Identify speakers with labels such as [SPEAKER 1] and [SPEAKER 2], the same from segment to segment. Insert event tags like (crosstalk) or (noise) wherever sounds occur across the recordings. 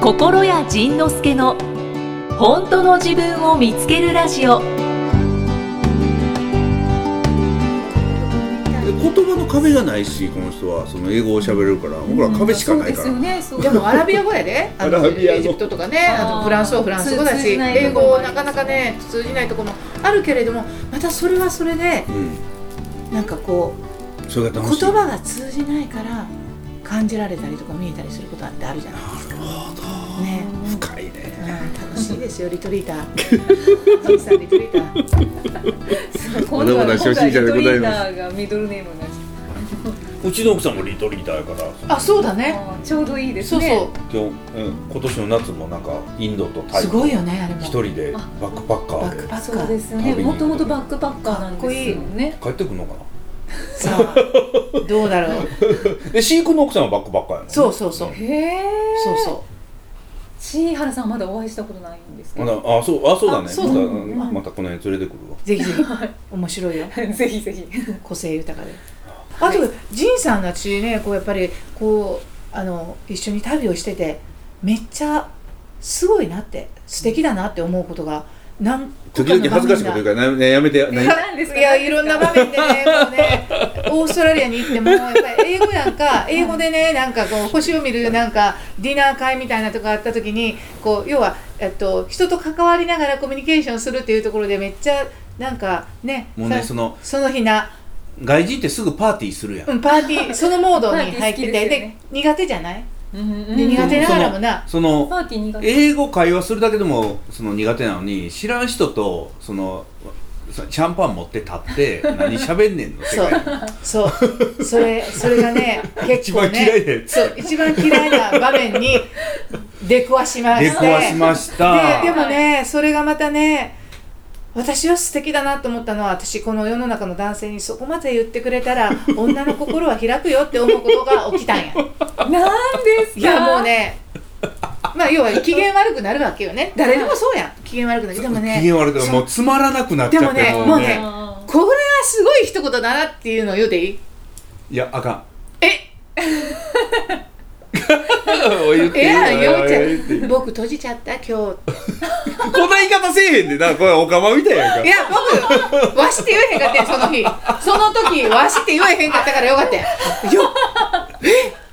[SPEAKER 1] 心谷仁之助の本当の自分を見つけるラジオ
[SPEAKER 2] で言葉の壁がないしこの人はその英語を喋れるから僕ら壁しかないから、
[SPEAKER 3] そうですよねそうでもアラビア語
[SPEAKER 2] (laughs)
[SPEAKER 3] やであ
[SPEAKER 2] ア
[SPEAKER 3] の
[SPEAKER 2] ラビア語
[SPEAKER 3] エジプトとかねあ
[SPEAKER 1] あー
[SPEAKER 3] のフランスはフランス語だ
[SPEAKER 1] 通じ
[SPEAKER 3] し
[SPEAKER 1] ない
[SPEAKER 3] 英
[SPEAKER 1] とこもあ
[SPEAKER 3] 語を
[SPEAKER 1] ります
[SPEAKER 3] なかなかね通じないところもあるけれどもまたそれはそれで
[SPEAKER 2] う、
[SPEAKER 3] なんかこうん
[SPEAKER 2] それが
[SPEAKER 3] 言
[SPEAKER 2] 楽しい
[SPEAKER 3] 葉が通じないから感じられたりとか見えたりすることだってあるじゃないですか。ね
[SPEAKER 2] 深いね
[SPEAKER 3] うん楽しいですよリトリータ
[SPEAKER 1] (laughs)
[SPEAKER 3] ー。じいさんリトリーター。
[SPEAKER 2] まだまだ初心者でございます
[SPEAKER 4] 今度はリトリーターがミドルネームになっち
[SPEAKER 2] うちの奥さんもリトリーターやから
[SPEAKER 3] あそうだ
[SPEAKER 4] ゃ
[SPEAKER 3] ね。
[SPEAKER 4] ったちょうどいいです
[SPEAKER 3] そう
[SPEAKER 4] ね
[SPEAKER 3] そ
[SPEAKER 2] 今日、うん、今年の夏もなんかインドと
[SPEAKER 3] う
[SPEAKER 2] タイ
[SPEAKER 3] すごいよねあれも。
[SPEAKER 2] 一人でバックパッカ
[SPEAKER 3] バ
[SPEAKER 2] ーで
[SPEAKER 3] ックパッカ
[SPEAKER 4] そうで
[SPEAKER 3] ー。
[SPEAKER 4] すよね
[SPEAKER 2] 旅に
[SPEAKER 4] もともとバックパッカーなんですよね
[SPEAKER 2] 帰ってくんのか
[SPEAKER 3] さあどうだろう。
[SPEAKER 2] なで飼育の奥さんはバックパッカーやの
[SPEAKER 3] そうそうそう。
[SPEAKER 4] へえ
[SPEAKER 3] そうそう。
[SPEAKER 4] 椎原さんはまだお会いしたことないんですけ
[SPEAKER 2] ま
[SPEAKER 4] ど
[SPEAKER 2] だあそうあそうだね
[SPEAKER 3] あそうだ
[SPEAKER 2] またうん
[SPEAKER 3] あ
[SPEAKER 2] またこの辺連れてくるわ
[SPEAKER 3] ぜ
[SPEAKER 1] (laughs)
[SPEAKER 3] ひぜひ面白いよ
[SPEAKER 4] (laughs) ぜひぜひ
[SPEAKER 3] 個性豊かであと仁さんが私ねこうやっぱりこうあの一緒に旅をしててめっちゃすごいなって素敵だなって思うことが何個
[SPEAKER 2] 時
[SPEAKER 3] かの
[SPEAKER 2] 々恥ずかしいこと言うか
[SPEAKER 3] 場面
[SPEAKER 2] らなねやめてや
[SPEAKER 3] い
[SPEAKER 2] 何
[SPEAKER 3] や
[SPEAKER 4] なんですか
[SPEAKER 3] いやいろんな場面でねもうねオーストラリアに行って (laughs) もやっぱり英語やんか英語でねなんかこう星を見るなんかディナー会みたいなとかあった時にこう要は、えっと、人と関わりながらコミュニケーションするっていうところでめっちゃなんかね
[SPEAKER 2] もうね
[SPEAKER 3] さ
[SPEAKER 2] その
[SPEAKER 3] その日な
[SPEAKER 2] 外人ってすぐパーティーするやん
[SPEAKER 3] うん、パーティーそのモードに入ってて
[SPEAKER 4] パーティー好きです
[SPEAKER 3] で
[SPEAKER 4] よね
[SPEAKER 3] 苦手じゃない、で
[SPEAKER 4] うん
[SPEAKER 3] 苦手ながらもな
[SPEAKER 2] その
[SPEAKER 4] パーティー苦手
[SPEAKER 2] 英語会話するだけでもその苦手なのに知らん人とそのそシャンパン持って立
[SPEAKER 3] (laughs)
[SPEAKER 2] って何喋んねんの世
[SPEAKER 3] そう
[SPEAKER 2] 界
[SPEAKER 3] そうそれそれがね結
[SPEAKER 2] 一
[SPEAKER 3] 構
[SPEAKER 2] 番
[SPEAKER 3] ね
[SPEAKER 2] 嫌いなやつ
[SPEAKER 3] そう一番嫌いな場面に出くわしまし
[SPEAKER 2] 出
[SPEAKER 3] て
[SPEAKER 2] くわしました
[SPEAKER 3] ででもねそれがまたね私は素敵だなと思ったのは私この世の中の男性にそこまで言ってくれたら女の心は開くよって思うことが起きたんや
[SPEAKER 4] なんですか
[SPEAKER 3] いやもうねまあ要は機嫌悪くなるわけよね誰でもそうやん機嫌悪くなるでもね
[SPEAKER 2] 機嫌悪いから
[SPEAKER 3] そう
[SPEAKER 2] もうつまらなくなっちゃって
[SPEAKER 3] でもねもうね
[SPEAKER 4] あ
[SPEAKER 3] これはすごい一言だなっていうのを言うていい
[SPEAKER 2] いやあかん
[SPEAKER 3] え
[SPEAKER 2] おい言って
[SPEAKER 3] え
[SPEAKER 2] いい
[SPEAKER 3] や
[SPEAKER 2] の
[SPEAKER 3] んよう
[SPEAKER 2] おい言っていい
[SPEAKER 3] ちゃん僕閉じちゃった今日
[SPEAKER 2] こんな言い方せえへんでなこれおかまみたいやん
[SPEAKER 3] い
[SPEAKER 2] か
[SPEAKER 3] や僕わしって言えへんかったよその日その時わしって言えへんかったからよかったよよえ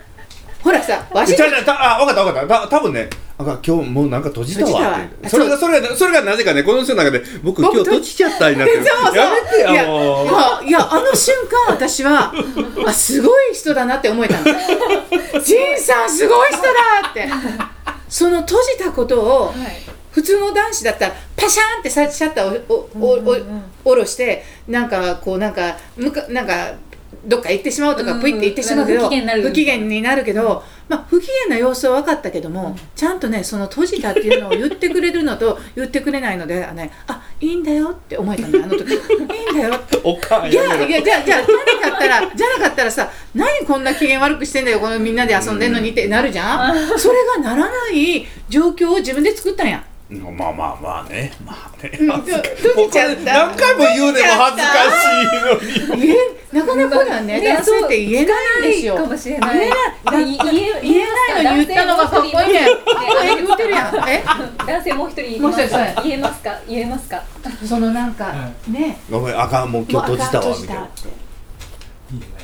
[SPEAKER 3] ほらさわし
[SPEAKER 2] ちゃうちゃうたあ分かった分かったた多分ねあかん今日もうなんか閉じた
[SPEAKER 3] 閉じた
[SPEAKER 2] わ
[SPEAKER 3] わ
[SPEAKER 2] ってそれがそれがそれがなぜかねこの人の中で僕今
[SPEAKER 3] 僕
[SPEAKER 2] 日閉じちゃったになってる
[SPEAKER 3] そうそう
[SPEAKER 2] (laughs) やめて
[SPEAKER 3] い
[SPEAKER 2] や
[SPEAKER 3] や
[SPEAKER 2] もう
[SPEAKER 3] いやいやあの瞬間私はあすごい人だなって思えたんですよ仁さんすごい人だってその閉じたことを、
[SPEAKER 4] ーはい
[SPEAKER 3] 普通の男子だったらパシャーンってシャッターをおおお
[SPEAKER 4] うんうんうん
[SPEAKER 3] 下ろしてなんかこうなんか向かなんかどっか行ってしまうと
[SPEAKER 4] う
[SPEAKER 3] か
[SPEAKER 4] ん
[SPEAKER 3] プイって行ってしまうけど
[SPEAKER 4] なんか不機嫌になる
[SPEAKER 3] 不機嫌になるけど、まあ、不機嫌な様子は分かったけども、ちゃんとねその閉じたっていうのを言ってくれるのと言ってくれないのでねあいいんだよって思えたんだよあの時いいんだよって。
[SPEAKER 2] おかん
[SPEAKER 3] い
[SPEAKER 2] や
[SPEAKER 3] や
[SPEAKER 2] めろ
[SPEAKER 3] いやじゃあじゃあじゃなかったら (laughs) じゃなかったらさ何こんな機嫌悪くしてんだよこのみんなで遊んでんのにってなるじゃんそれがならない状況を自分で作ったんや
[SPEAKER 2] まあまあまあねまあね
[SPEAKER 3] うんどどうちゃった
[SPEAKER 2] 何回も言うでも恥ずかしいのに
[SPEAKER 3] 言えなかなかほらね
[SPEAKER 4] ね
[SPEAKER 3] 男性って言えないんですよ
[SPEAKER 4] かもしれない
[SPEAKER 3] 言えない
[SPEAKER 4] あ言え
[SPEAKER 3] 言えないのに言ったのがかっこいいねえ言うてるやん (laughs) え
[SPEAKER 4] 男性もう一人い
[SPEAKER 3] もう
[SPEAKER 4] ま
[SPEAKER 3] 一人
[SPEAKER 4] すか
[SPEAKER 3] そう
[SPEAKER 4] 言えますか言えますか
[SPEAKER 3] そのなんかね
[SPEAKER 2] ごめんあかんもう今日閉じた
[SPEAKER 3] もう
[SPEAKER 2] わ
[SPEAKER 3] あかん
[SPEAKER 2] みたいな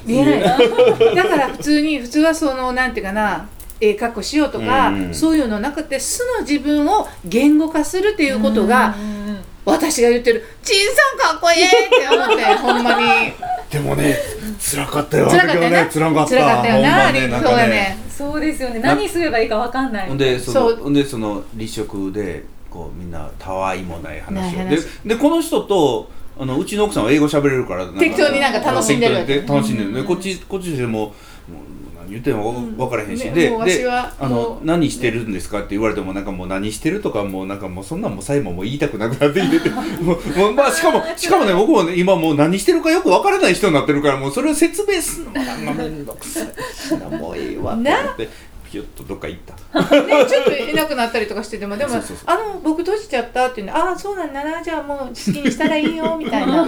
[SPEAKER 3] 言えない (laughs) だから普通に普通はそのなんていうかなええ格好しようとか
[SPEAKER 2] うん
[SPEAKER 3] そういうのなくて素の自分を言語化するっていうことが
[SPEAKER 4] うんうんうん
[SPEAKER 3] 私が言ってる「ちんさんかっこいい!」って思ってほんまに
[SPEAKER 2] でもね辛かったよ
[SPEAKER 3] 辛かったよ
[SPEAKER 2] あの時は
[SPEAKER 3] な
[SPEAKER 2] ね辛かった
[SPEAKER 3] 辛かったよ
[SPEAKER 2] ほん
[SPEAKER 3] な
[SPEAKER 2] まねなん
[SPEAKER 3] そう
[SPEAKER 2] か
[SPEAKER 3] や
[SPEAKER 2] ね
[SPEAKER 3] ね
[SPEAKER 4] そうですよね何すればいいかわかんない
[SPEAKER 2] ほんでその
[SPEAKER 3] そう
[SPEAKER 2] ほんでその立食でこうみんなたわいもない話を
[SPEAKER 3] ない
[SPEAKER 2] で
[SPEAKER 3] 話
[SPEAKER 2] でこの人とあのうちの奥さんは英語喋れるからなか
[SPEAKER 3] 適当になんか楽しんでる
[SPEAKER 2] そう適当に楽しんでるねこっちこっちでもうもう何言っても分からへんし、
[SPEAKER 3] ね
[SPEAKER 2] で
[SPEAKER 3] もうわし
[SPEAKER 2] で
[SPEAKER 3] は
[SPEAKER 2] あ
[SPEAKER 3] も
[SPEAKER 2] の
[SPEAKER 3] う
[SPEAKER 2] 何してるんですかって言われてもなんかもう何してるとかもうなんかもうそんなんもうさえももう言いたくなくなって
[SPEAKER 3] (laughs)
[SPEAKER 2] きててもうもうまあしかもしかもね僕もね今もう何してるかよく分からない人になってるからもうそれを説明するのもなんか面倒くさ
[SPEAKER 3] (laughs)
[SPEAKER 2] いしなもうええわって思ってピュッとどっか行った。
[SPEAKER 3] ね、ちょっといなくなったりとかしててもでも
[SPEAKER 2] そうそうそう
[SPEAKER 3] あの僕閉じちゃったっていうのああそうなんだなじゃあもう好きにしたらいいよみたいな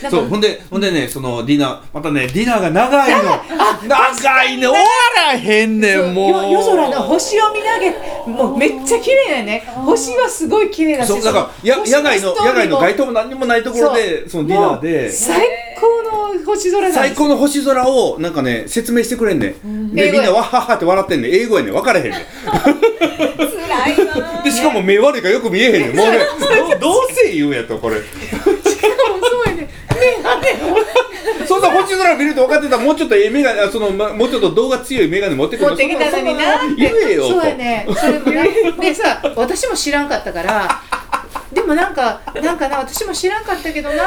[SPEAKER 3] なん
[SPEAKER 2] そうほ
[SPEAKER 3] か
[SPEAKER 2] んでほんでねそのディナーまたねディナーが長いの長いね終わらへんねんもう
[SPEAKER 3] 夜空の星を見上げもうめっちゃ綺麗だよね星はすごい綺麗だし
[SPEAKER 2] そうだからや野外の野外の街灯も何にもないところでそのディナーで
[SPEAKER 3] 最高の星空なんです
[SPEAKER 2] 最高の星空をなんかね説明してくれんねんで
[SPEAKER 3] 英語
[SPEAKER 2] みん
[SPEAKER 3] や
[SPEAKER 2] なわっはっはって笑ってんねん英語やねん分からへんねん
[SPEAKER 4] 辛いな
[SPEAKER 2] でしかも目悪いからよく見えへんねんもうね (laughs) どうどうせ言うやとこれ
[SPEAKER 3] そうやね
[SPEAKER 2] そんな星空見ると分かってたらもうちょっとええメガネあその、ま、もうちょっと動画強いメガネ持ってくる
[SPEAKER 3] 持ってきたのになって
[SPEAKER 2] 言えよ
[SPEAKER 3] そうやねそれもなでさ私も知らんかったからでもなんかなんかな私も知らんかったけどな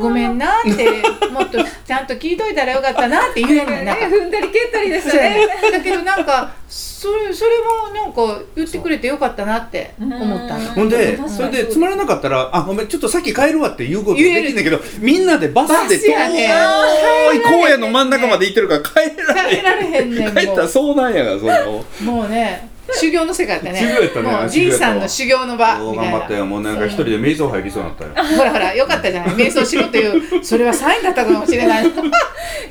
[SPEAKER 3] ごめんなってもっとちゃんと聞いといたらよかったなって言えんねんな
[SPEAKER 4] ね踏んだり蹴ったりでし
[SPEAKER 3] そう
[SPEAKER 4] た
[SPEAKER 3] やね
[SPEAKER 4] ね
[SPEAKER 3] だけどなんかそれそれもなんか言ってくれてよかったなって思ったの
[SPEAKER 2] ほんで、
[SPEAKER 4] うん
[SPEAKER 2] それでつまらなかったら「あごめんちょっとさっき帰るわ」って言うこと
[SPEAKER 3] 言え
[SPEAKER 2] で
[SPEAKER 3] る
[SPEAKER 2] きんだけどみんなでバスで
[SPEAKER 3] バスやね
[SPEAKER 2] 遠い荒野の真ん中まで行ってるから帰れられ
[SPEAKER 3] 帰られへんねん
[SPEAKER 2] (laughs) ん帰ったらそうなんやがそんなもん
[SPEAKER 3] もうもうね修行の世界だったね
[SPEAKER 2] 修行やったね
[SPEAKER 3] もうじいさんの修行の場
[SPEAKER 2] よう
[SPEAKER 3] みた
[SPEAKER 2] 頑
[SPEAKER 3] い
[SPEAKER 2] 張った
[SPEAKER 3] な
[SPEAKER 2] よもうなんか一人で瞑想入りそうになったよ
[SPEAKER 3] ほらほらよかったじゃ
[SPEAKER 2] (laughs)
[SPEAKER 3] ない瞑想しろというそれはサインだったかもしれない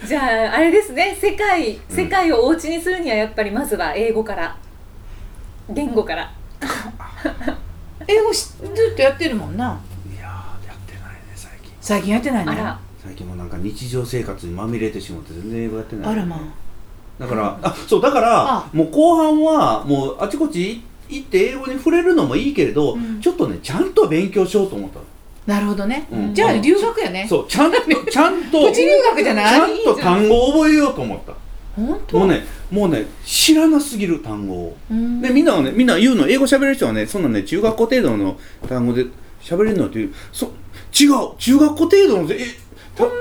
[SPEAKER 4] じゃああれですね世界世界をお家にするにはやっぱりまずは英語から言語から
[SPEAKER 3] 英語しずっとやってるもんない
[SPEAKER 2] やーやってないね最近
[SPEAKER 3] 最近やってないね
[SPEAKER 4] あら
[SPEAKER 2] 最近もなんか日常生活にまみれてしまって全然英語やってない
[SPEAKER 3] あらまあ
[SPEAKER 2] だからあそうだから
[SPEAKER 3] あ
[SPEAKER 2] もう後半はもうあちこち行って英語に触れるのもいいけれど、
[SPEAKER 3] うん
[SPEAKER 2] ちょっとねちゃんと勉強しようと思ったの
[SPEAKER 3] なるほどね、
[SPEAKER 2] うん
[SPEAKER 3] じゃあ留学やね
[SPEAKER 2] そうち
[SPEAKER 3] (laughs)
[SPEAKER 2] ゃんとちゃんと
[SPEAKER 3] プチ留学じゃ
[SPEAKER 2] ち
[SPEAKER 3] な
[SPEAKER 2] ゃ
[SPEAKER 3] い
[SPEAKER 2] んと単語を覚えようと思った
[SPEAKER 3] 本当
[SPEAKER 2] もうねもうね知らなすぎる単語を
[SPEAKER 3] うん
[SPEAKER 2] でみんなはねみんな言うの英語喋れる人はねそんなね中学校程度の単語で喋れるのっていうそ違う中学校程度のえほんま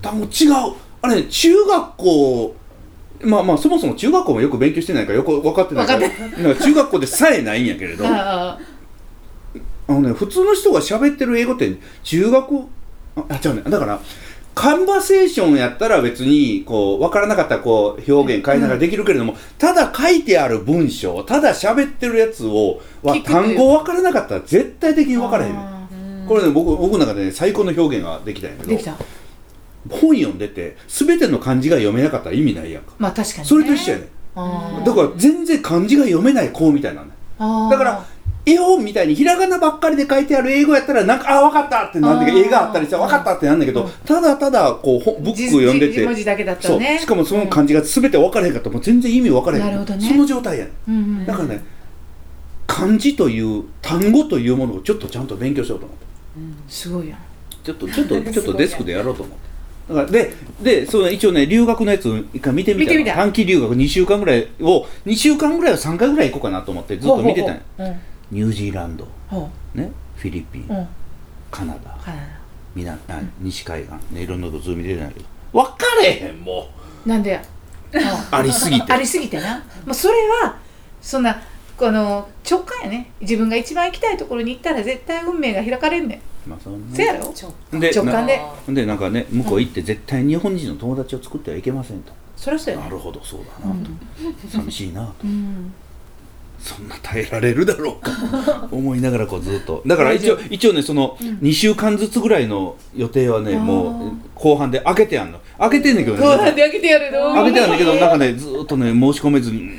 [SPEAKER 2] 単語違うあれね中学校まあまあそもそも中学校もよく勉強してないからよく分かってないから
[SPEAKER 3] 分
[SPEAKER 2] なんか中学校でさえないんやけれどあ
[SPEAKER 3] (laughs) ああ
[SPEAKER 2] のね普通の人が喋ってる英語って中学ああ違うねだからカンバセーションやったら別にこう分からなかったらこう表現変えながらできるけれども、ただ書いてある文章ただ喋ってるやつをは
[SPEAKER 3] 聞くという
[SPEAKER 2] 単語分からなかったら絶対的に分からへんねん
[SPEAKER 3] あ
[SPEAKER 2] これね僕僕の中でね最高の表現ができたんや
[SPEAKER 3] あ
[SPEAKER 2] け
[SPEAKER 3] でき
[SPEAKER 2] ど
[SPEAKER 3] た
[SPEAKER 2] 本読んでて全ての漢字が読めなかったら意味ないやんか
[SPEAKER 3] まあ確かに、ね、
[SPEAKER 2] それと一緒やねん
[SPEAKER 3] ああ
[SPEAKER 2] だから全然漢字が読めない子みたいなね
[SPEAKER 3] ああ
[SPEAKER 2] だから絵本みたいにひらがなばっかりで書いてある英語やったらなんかあ分かったってなんだけど
[SPEAKER 3] あー
[SPEAKER 2] 絵があったりして分かったってなんだけど、
[SPEAKER 3] うん
[SPEAKER 2] ただただこうほブックを読んで
[SPEAKER 3] じじ
[SPEAKER 2] て、
[SPEAKER 3] 文字だけだった
[SPEAKER 2] そ
[SPEAKER 3] ら
[SPEAKER 2] う
[SPEAKER 3] ね
[SPEAKER 2] しかもその漢字が全て分からへんかったらもう全然意味分からへん
[SPEAKER 3] なるほどね
[SPEAKER 2] その状態やねん
[SPEAKER 3] うんうんうん
[SPEAKER 2] だからね漢字という単語というものをちょっとちゃんと勉強しようと思って
[SPEAKER 3] すごいやん
[SPEAKER 2] ち (laughs) ょっとちょっとちょっとデスクでやろうと思って。だからででその一応ね留学のやつを一回見てみた
[SPEAKER 3] 見て
[SPEAKER 2] の
[SPEAKER 3] みた
[SPEAKER 2] 短期留学2週間ぐらいを2週間ぐらいは3回ぐらい行こうかなと思ってずっと見てたんや
[SPEAKER 3] ほうほう
[SPEAKER 2] ニュージーランド、
[SPEAKER 3] ほ
[SPEAKER 2] ね、フィリピン、
[SPEAKER 3] ううんうん
[SPEAKER 2] カナダ
[SPEAKER 3] カナダ
[SPEAKER 2] 南あ西海岸、ね、いろんなとこずっと見てたんやけど分かれへんも
[SPEAKER 3] なんでやあ
[SPEAKER 2] うありすぎて
[SPEAKER 3] ありすぎてなもうそれはそんなこの直感やね自分が一番行きたいところに行ったら絶対運命が開かれんねん、
[SPEAKER 2] まあそんな
[SPEAKER 3] せやろ
[SPEAKER 4] ちょ
[SPEAKER 2] で
[SPEAKER 3] 直感で
[SPEAKER 2] なでなんかね向こう行って絶対日本人の友達を作ってはいけませんと、
[SPEAKER 3] そりゃそうや
[SPEAKER 2] な
[SPEAKER 3] ね
[SPEAKER 2] るほどそうだ
[SPEAKER 3] う
[SPEAKER 2] なと、
[SPEAKER 3] ん
[SPEAKER 2] 寂しいなと
[SPEAKER 3] うん
[SPEAKER 2] そんな耐えられるだろうか思いながらこうずっ
[SPEAKER 3] (laughs)
[SPEAKER 2] とだから一応一応ねその2週間ずつぐらいの予定はね、
[SPEAKER 3] あー
[SPEAKER 2] もう後半で開けてやんの開けてんねんけどね
[SPEAKER 3] そうなんで開けてやるの
[SPEAKER 2] 開けてやんねんけどなんかねずーっとね申し込めずに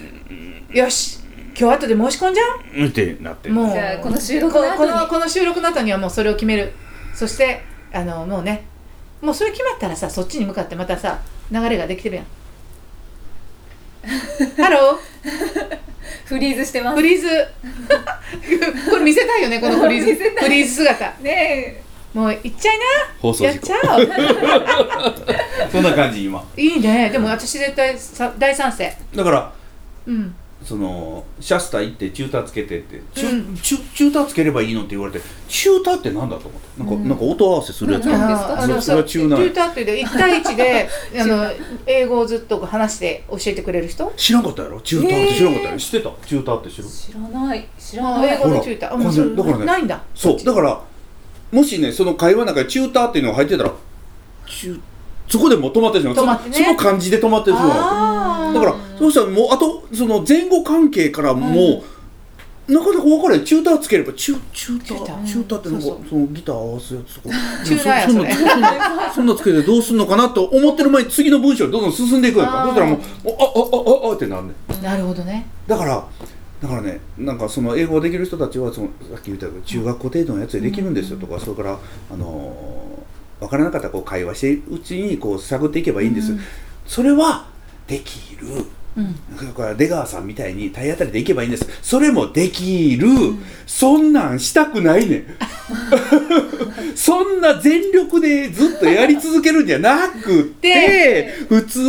[SPEAKER 3] よし今日後で申し込んじゃ
[SPEAKER 2] うんってなって
[SPEAKER 3] うもう
[SPEAKER 4] じゃあこの収録の後
[SPEAKER 3] こ
[SPEAKER 4] に
[SPEAKER 3] このこの収録の後にはもうそれを決めるそしてあのもうねもうそれ決まったらさそっちに向かってまたさ流れができて
[SPEAKER 4] (laughs)
[SPEAKER 3] るやんハロ
[SPEAKER 4] フリーズしてま
[SPEAKER 3] ー
[SPEAKER 4] す
[SPEAKER 3] フリーズ (laughs) これ見せたいよねこのフリーズ
[SPEAKER 4] 見せたい
[SPEAKER 3] フリーズ姿
[SPEAKER 4] ね
[SPEAKER 3] もう行っちゃい
[SPEAKER 2] 放
[SPEAKER 3] な
[SPEAKER 2] 送
[SPEAKER 3] やっ
[SPEAKER 2] 事
[SPEAKER 3] ち
[SPEAKER 2] 故
[SPEAKER 3] ゃおう
[SPEAKER 2] そんな感じ今
[SPEAKER 3] いいねでも私絶対さ大賛成
[SPEAKER 2] だから
[SPEAKER 3] うん
[SPEAKER 2] そのシャスター行ってチューターつけてってチュ,、
[SPEAKER 3] うん
[SPEAKER 2] チュチューターつければいいのって言われてチューターってなんだと思ってなんか,、なんか音合わせするやつ
[SPEAKER 4] な
[SPEAKER 2] か
[SPEAKER 4] ん
[SPEAKER 2] な
[SPEAKER 4] ですか
[SPEAKER 3] あの
[SPEAKER 2] それは
[SPEAKER 3] チ
[SPEAKER 2] チ
[SPEAKER 3] ュ
[SPEAKER 2] ューナー
[SPEAKER 3] ーターっていうで1対1で
[SPEAKER 4] (laughs)
[SPEAKER 3] あの英語をずっと話して教えてくれる人
[SPEAKER 2] 知らんかったやろチューターって知らんかったやろ、知ってたチューターって知る
[SPEAKER 4] え知らない知ら
[SPEAKER 3] あ
[SPEAKER 4] な
[SPEAKER 3] 英
[SPEAKER 4] い
[SPEAKER 3] 語のチューターあもうそれ
[SPEAKER 2] これねだからね
[SPEAKER 3] ないんだ
[SPEAKER 2] そうだからもしねその会話の中にチューターっていうのが入ってたらチューそこでもう止まってしまう
[SPEAKER 3] 止まってね
[SPEAKER 2] そその感じで止まってしまう
[SPEAKER 3] あー
[SPEAKER 2] だからそうしたらもうあとその前後関係からもう、なかなか分からないチューターつければチュチュータ
[SPEAKER 3] チュータ
[SPEAKER 2] ー
[SPEAKER 3] ー
[SPEAKER 2] チューターってなんか
[SPEAKER 3] そう
[SPEAKER 2] そのギター合わすやつとか
[SPEAKER 3] チューターや
[SPEAKER 2] そんな
[SPEAKER 3] そ
[SPEAKER 2] そんな (laughs) そんなつけてどうすんのかなと思ってる前に次の文章にどんどん進んでいくやんか
[SPEAKER 3] あー
[SPEAKER 2] そしたらもうおあああああってなんねん
[SPEAKER 3] なるほどね
[SPEAKER 2] だからだからねなんかその英語ができる人たちはそのさっき言ったように中学校程度のやつでできるんですよとか、それからあのー分からなかったらこう会話しているうちにこう探っていけばいいんです、
[SPEAKER 3] うん
[SPEAKER 2] それはできる
[SPEAKER 3] うん
[SPEAKER 2] だから出川さんみたいに体当たりでいけばいいんですそれもできる、そんなんしたくないねんそんな全力でずっとやり続けるんじゃなくて普通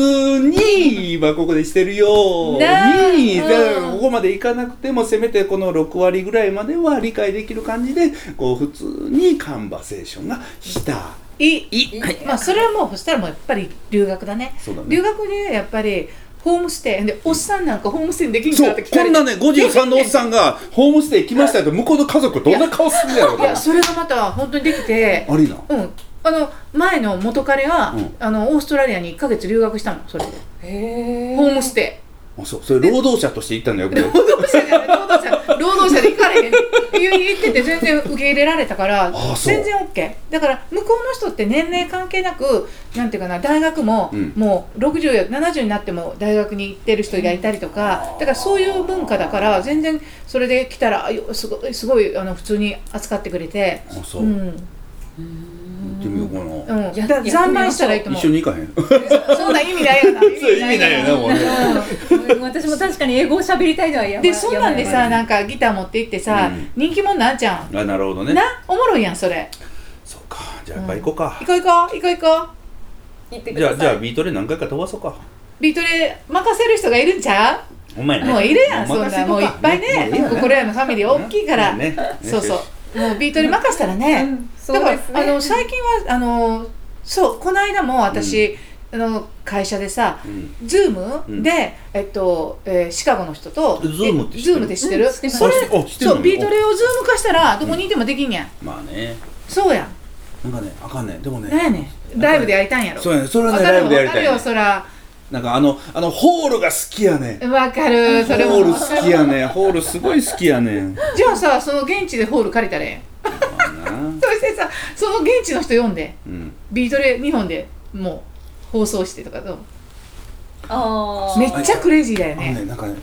[SPEAKER 2] に今ここでしてるよう
[SPEAKER 3] な
[SPEAKER 2] に
[SPEAKER 3] うん
[SPEAKER 2] だからここまでいかなくてもせめてこの6割ぐらいまでは理解できる感じでこう普通にカンバセーションがした
[SPEAKER 3] いい
[SPEAKER 2] い、はい、
[SPEAKER 3] まあそれはもうそしたらもうやっぱり留学だね
[SPEAKER 2] そうだね
[SPEAKER 3] 留学でやっぱりホームステイでおっさんなんかホームステイできん
[SPEAKER 2] そ
[SPEAKER 3] かっ
[SPEAKER 2] う
[SPEAKER 3] て
[SPEAKER 2] こ
[SPEAKER 3] 聞かれ
[SPEAKER 2] ん
[SPEAKER 3] て
[SPEAKER 2] なね53のおっさんがホームステイ来ましたと向こうの家族どんな顔するんだろう
[SPEAKER 3] い
[SPEAKER 2] と
[SPEAKER 3] やそれがまた本当にできて
[SPEAKER 2] ありな
[SPEAKER 3] うんあの前の元彼は、
[SPEAKER 2] うん
[SPEAKER 3] あのオーストラリアに1ヶ月留学したのそれで
[SPEAKER 4] へ
[SPEAKER 3] ホームステイ (laughs)
[SPEAKER 2] あそうそれ労働者として行ったんだよ僕
[SPEAKER 3] 労働者じゃない労働者労働者で行かれへんって言ってて全然受け入れられたから
[SPEAKER 2] あそう
[SPEAKER 3] 全然 OK だから向こうの人って年齢関係なくなんていうかな大学も、
[SPEAKER 2] うん
[SPEAKER 3] もう60や70になっても大学に行ってる人がいたりとか、だからそういう文化だから全然それで来たらあよすごいすごいあの普通に扱ってくれて
[SPEAKER 2] あそう、
[SPEAKER 3] う
[SPEAKER 2] 行
[SPEAKER 3] ん、
[SPEAKER 2] ってみよう
[SPEAKER 3] う
[SPEAKER 2] かな、
[SPEAKER 3] ん、
[SPEAKER 4] や
[SPEAKER 3] だから残念したらいいと思
[SPEAKER 2] 一緒に行かへん
[SPEAKER 3] うそんな意味ないよな
[SPEAKER 2] そう意味ないよなもうね
[SPEAKER 3] うん
[SPEAKER 4] うん私も確かに英語を喋りたいのはやばい
[SPEAKER 3] でそんなんで
[SPEAKER 2] やば
[SPEAKER 3] さ
[SPEAKER 2] い
[SPEAKER 3] なんかギター持って行ってさ、
[SPEAKER 2] うん
[SPEAKER 3] 人気者なんじゃん
[SPEAKER 2] あなるほどね
[SPEAKER 3] なおもろいやんそれ
[SPEAKER 2] そうかじゃあやっぱ行こうか
[SPEAKER 3] 行、こう行こう行こう行こう
[SPEAKER 4] 言ってく
[SPEAKER 2] じゃあ
[SPEAKER 4] だ
[SPEAKER 2] じゃ
[SPEAKER 4] さ
[SPEAKER 2] あ
[SPEAKER 4] い
[SPEAKER 2] ビートで何回か飛ばそうか
[SPEAKER 3] ビートレ任せる人がいるんちゃう
[SPEAKER 2] お前ね
[SPEAKER 3] もういるやん
[SPEAKER 2] もう
[SPEAKER 3] そん
[SPEAKER 2] 任せ
[SPEAKER 3] な
[SPEAKER 2] と
[SPEAKER 3] も
[SPEAKER 2] か
[SPEAKER 3] ういっぱいね
[SPEAKER 2] もういいよね
[SPEAKER 3] ここらのファミリー大きいから、
[SPEAKER 2] ねね
[SPEAKER 3] そうそうもうビートレ任せたら
[SPEAKER 4] う
[SPEAKER 3] ね、
[SPEAKER 4] んそ
[SPEAKER 3] だ
[SPEAKER 4] う
[SPEAKER 3] から、
[SPEAKER 4] ですね
[SPEAKER 3] あの最近はあのそうこの間も私、あの会社でさ
[SPEAKER 2] うん
[SPEAKER 3] ズーム
[SPEAKER 2] うん
[SPEAKER 3] で、えっと、えーシカゴの人と
[SPEAKER 2] ズームって知ってる
[SPEAKER 3] えズームで知ってる、
[SPEAKER 4] うん知ってます
[SPEAKER 3] それ
[SPEAKER 2] あ知ってんの
[SPEAKER 3] そうビートレをズーム化したらどこにいてもできんやん、
[SPEAKER 2] まあね
[SPEAKER 3] そうやん
[SPEAKER 2] なんかねあかんねでも
[SPEAKER 3] なん
[SPEAKER 2] ね
[SPEAKER 3] やねんライブでやりたいんやろ
[SPEAKER 2] そうやねそれは
[SPEAKER 3] わ
[SPEAKER 2] ね
[SPEAKER 3] か
[SPEAKER 2] ラ
[SPEAKER 3] る
[SPEAKER 2] イブ
[SPEAKER 3] よ
[SPEAKER 2] でや
[SPEAKER 3] わ
[SPEAKER 2] り
[SPEAKER 3] か
[SPEAKER 2] た
[SPEAKER 3] る
[SPEAKER 2] い、ね
[SPEAKER 3] よ、そら
[SPEAKER 2] なんかあのあのホールが好きやね
[SPEAKER 3] わかるそれ
[SPEAKER 2] ホ
[SPEAKER 3] も
[SPEAKER 2] ール好きやねホールすごい好きやね
[SPEAKER 3] じゃあさその現地でホール借りたらええん
[SPEAKER 2] まあな
[SPEAKER 3] そしてさその現地の人読んで
[SPEAKER 2] うん
[SPEAKER 3] ビートレ日本でもう放送してとかどう
[SPEAKER 4] あー
[SPEAKER 3] めっちゃクレイジーだよ
[SPEAKER 2] あのね
[SPEAKER 3] ね
[SPEAKER 2] なんかね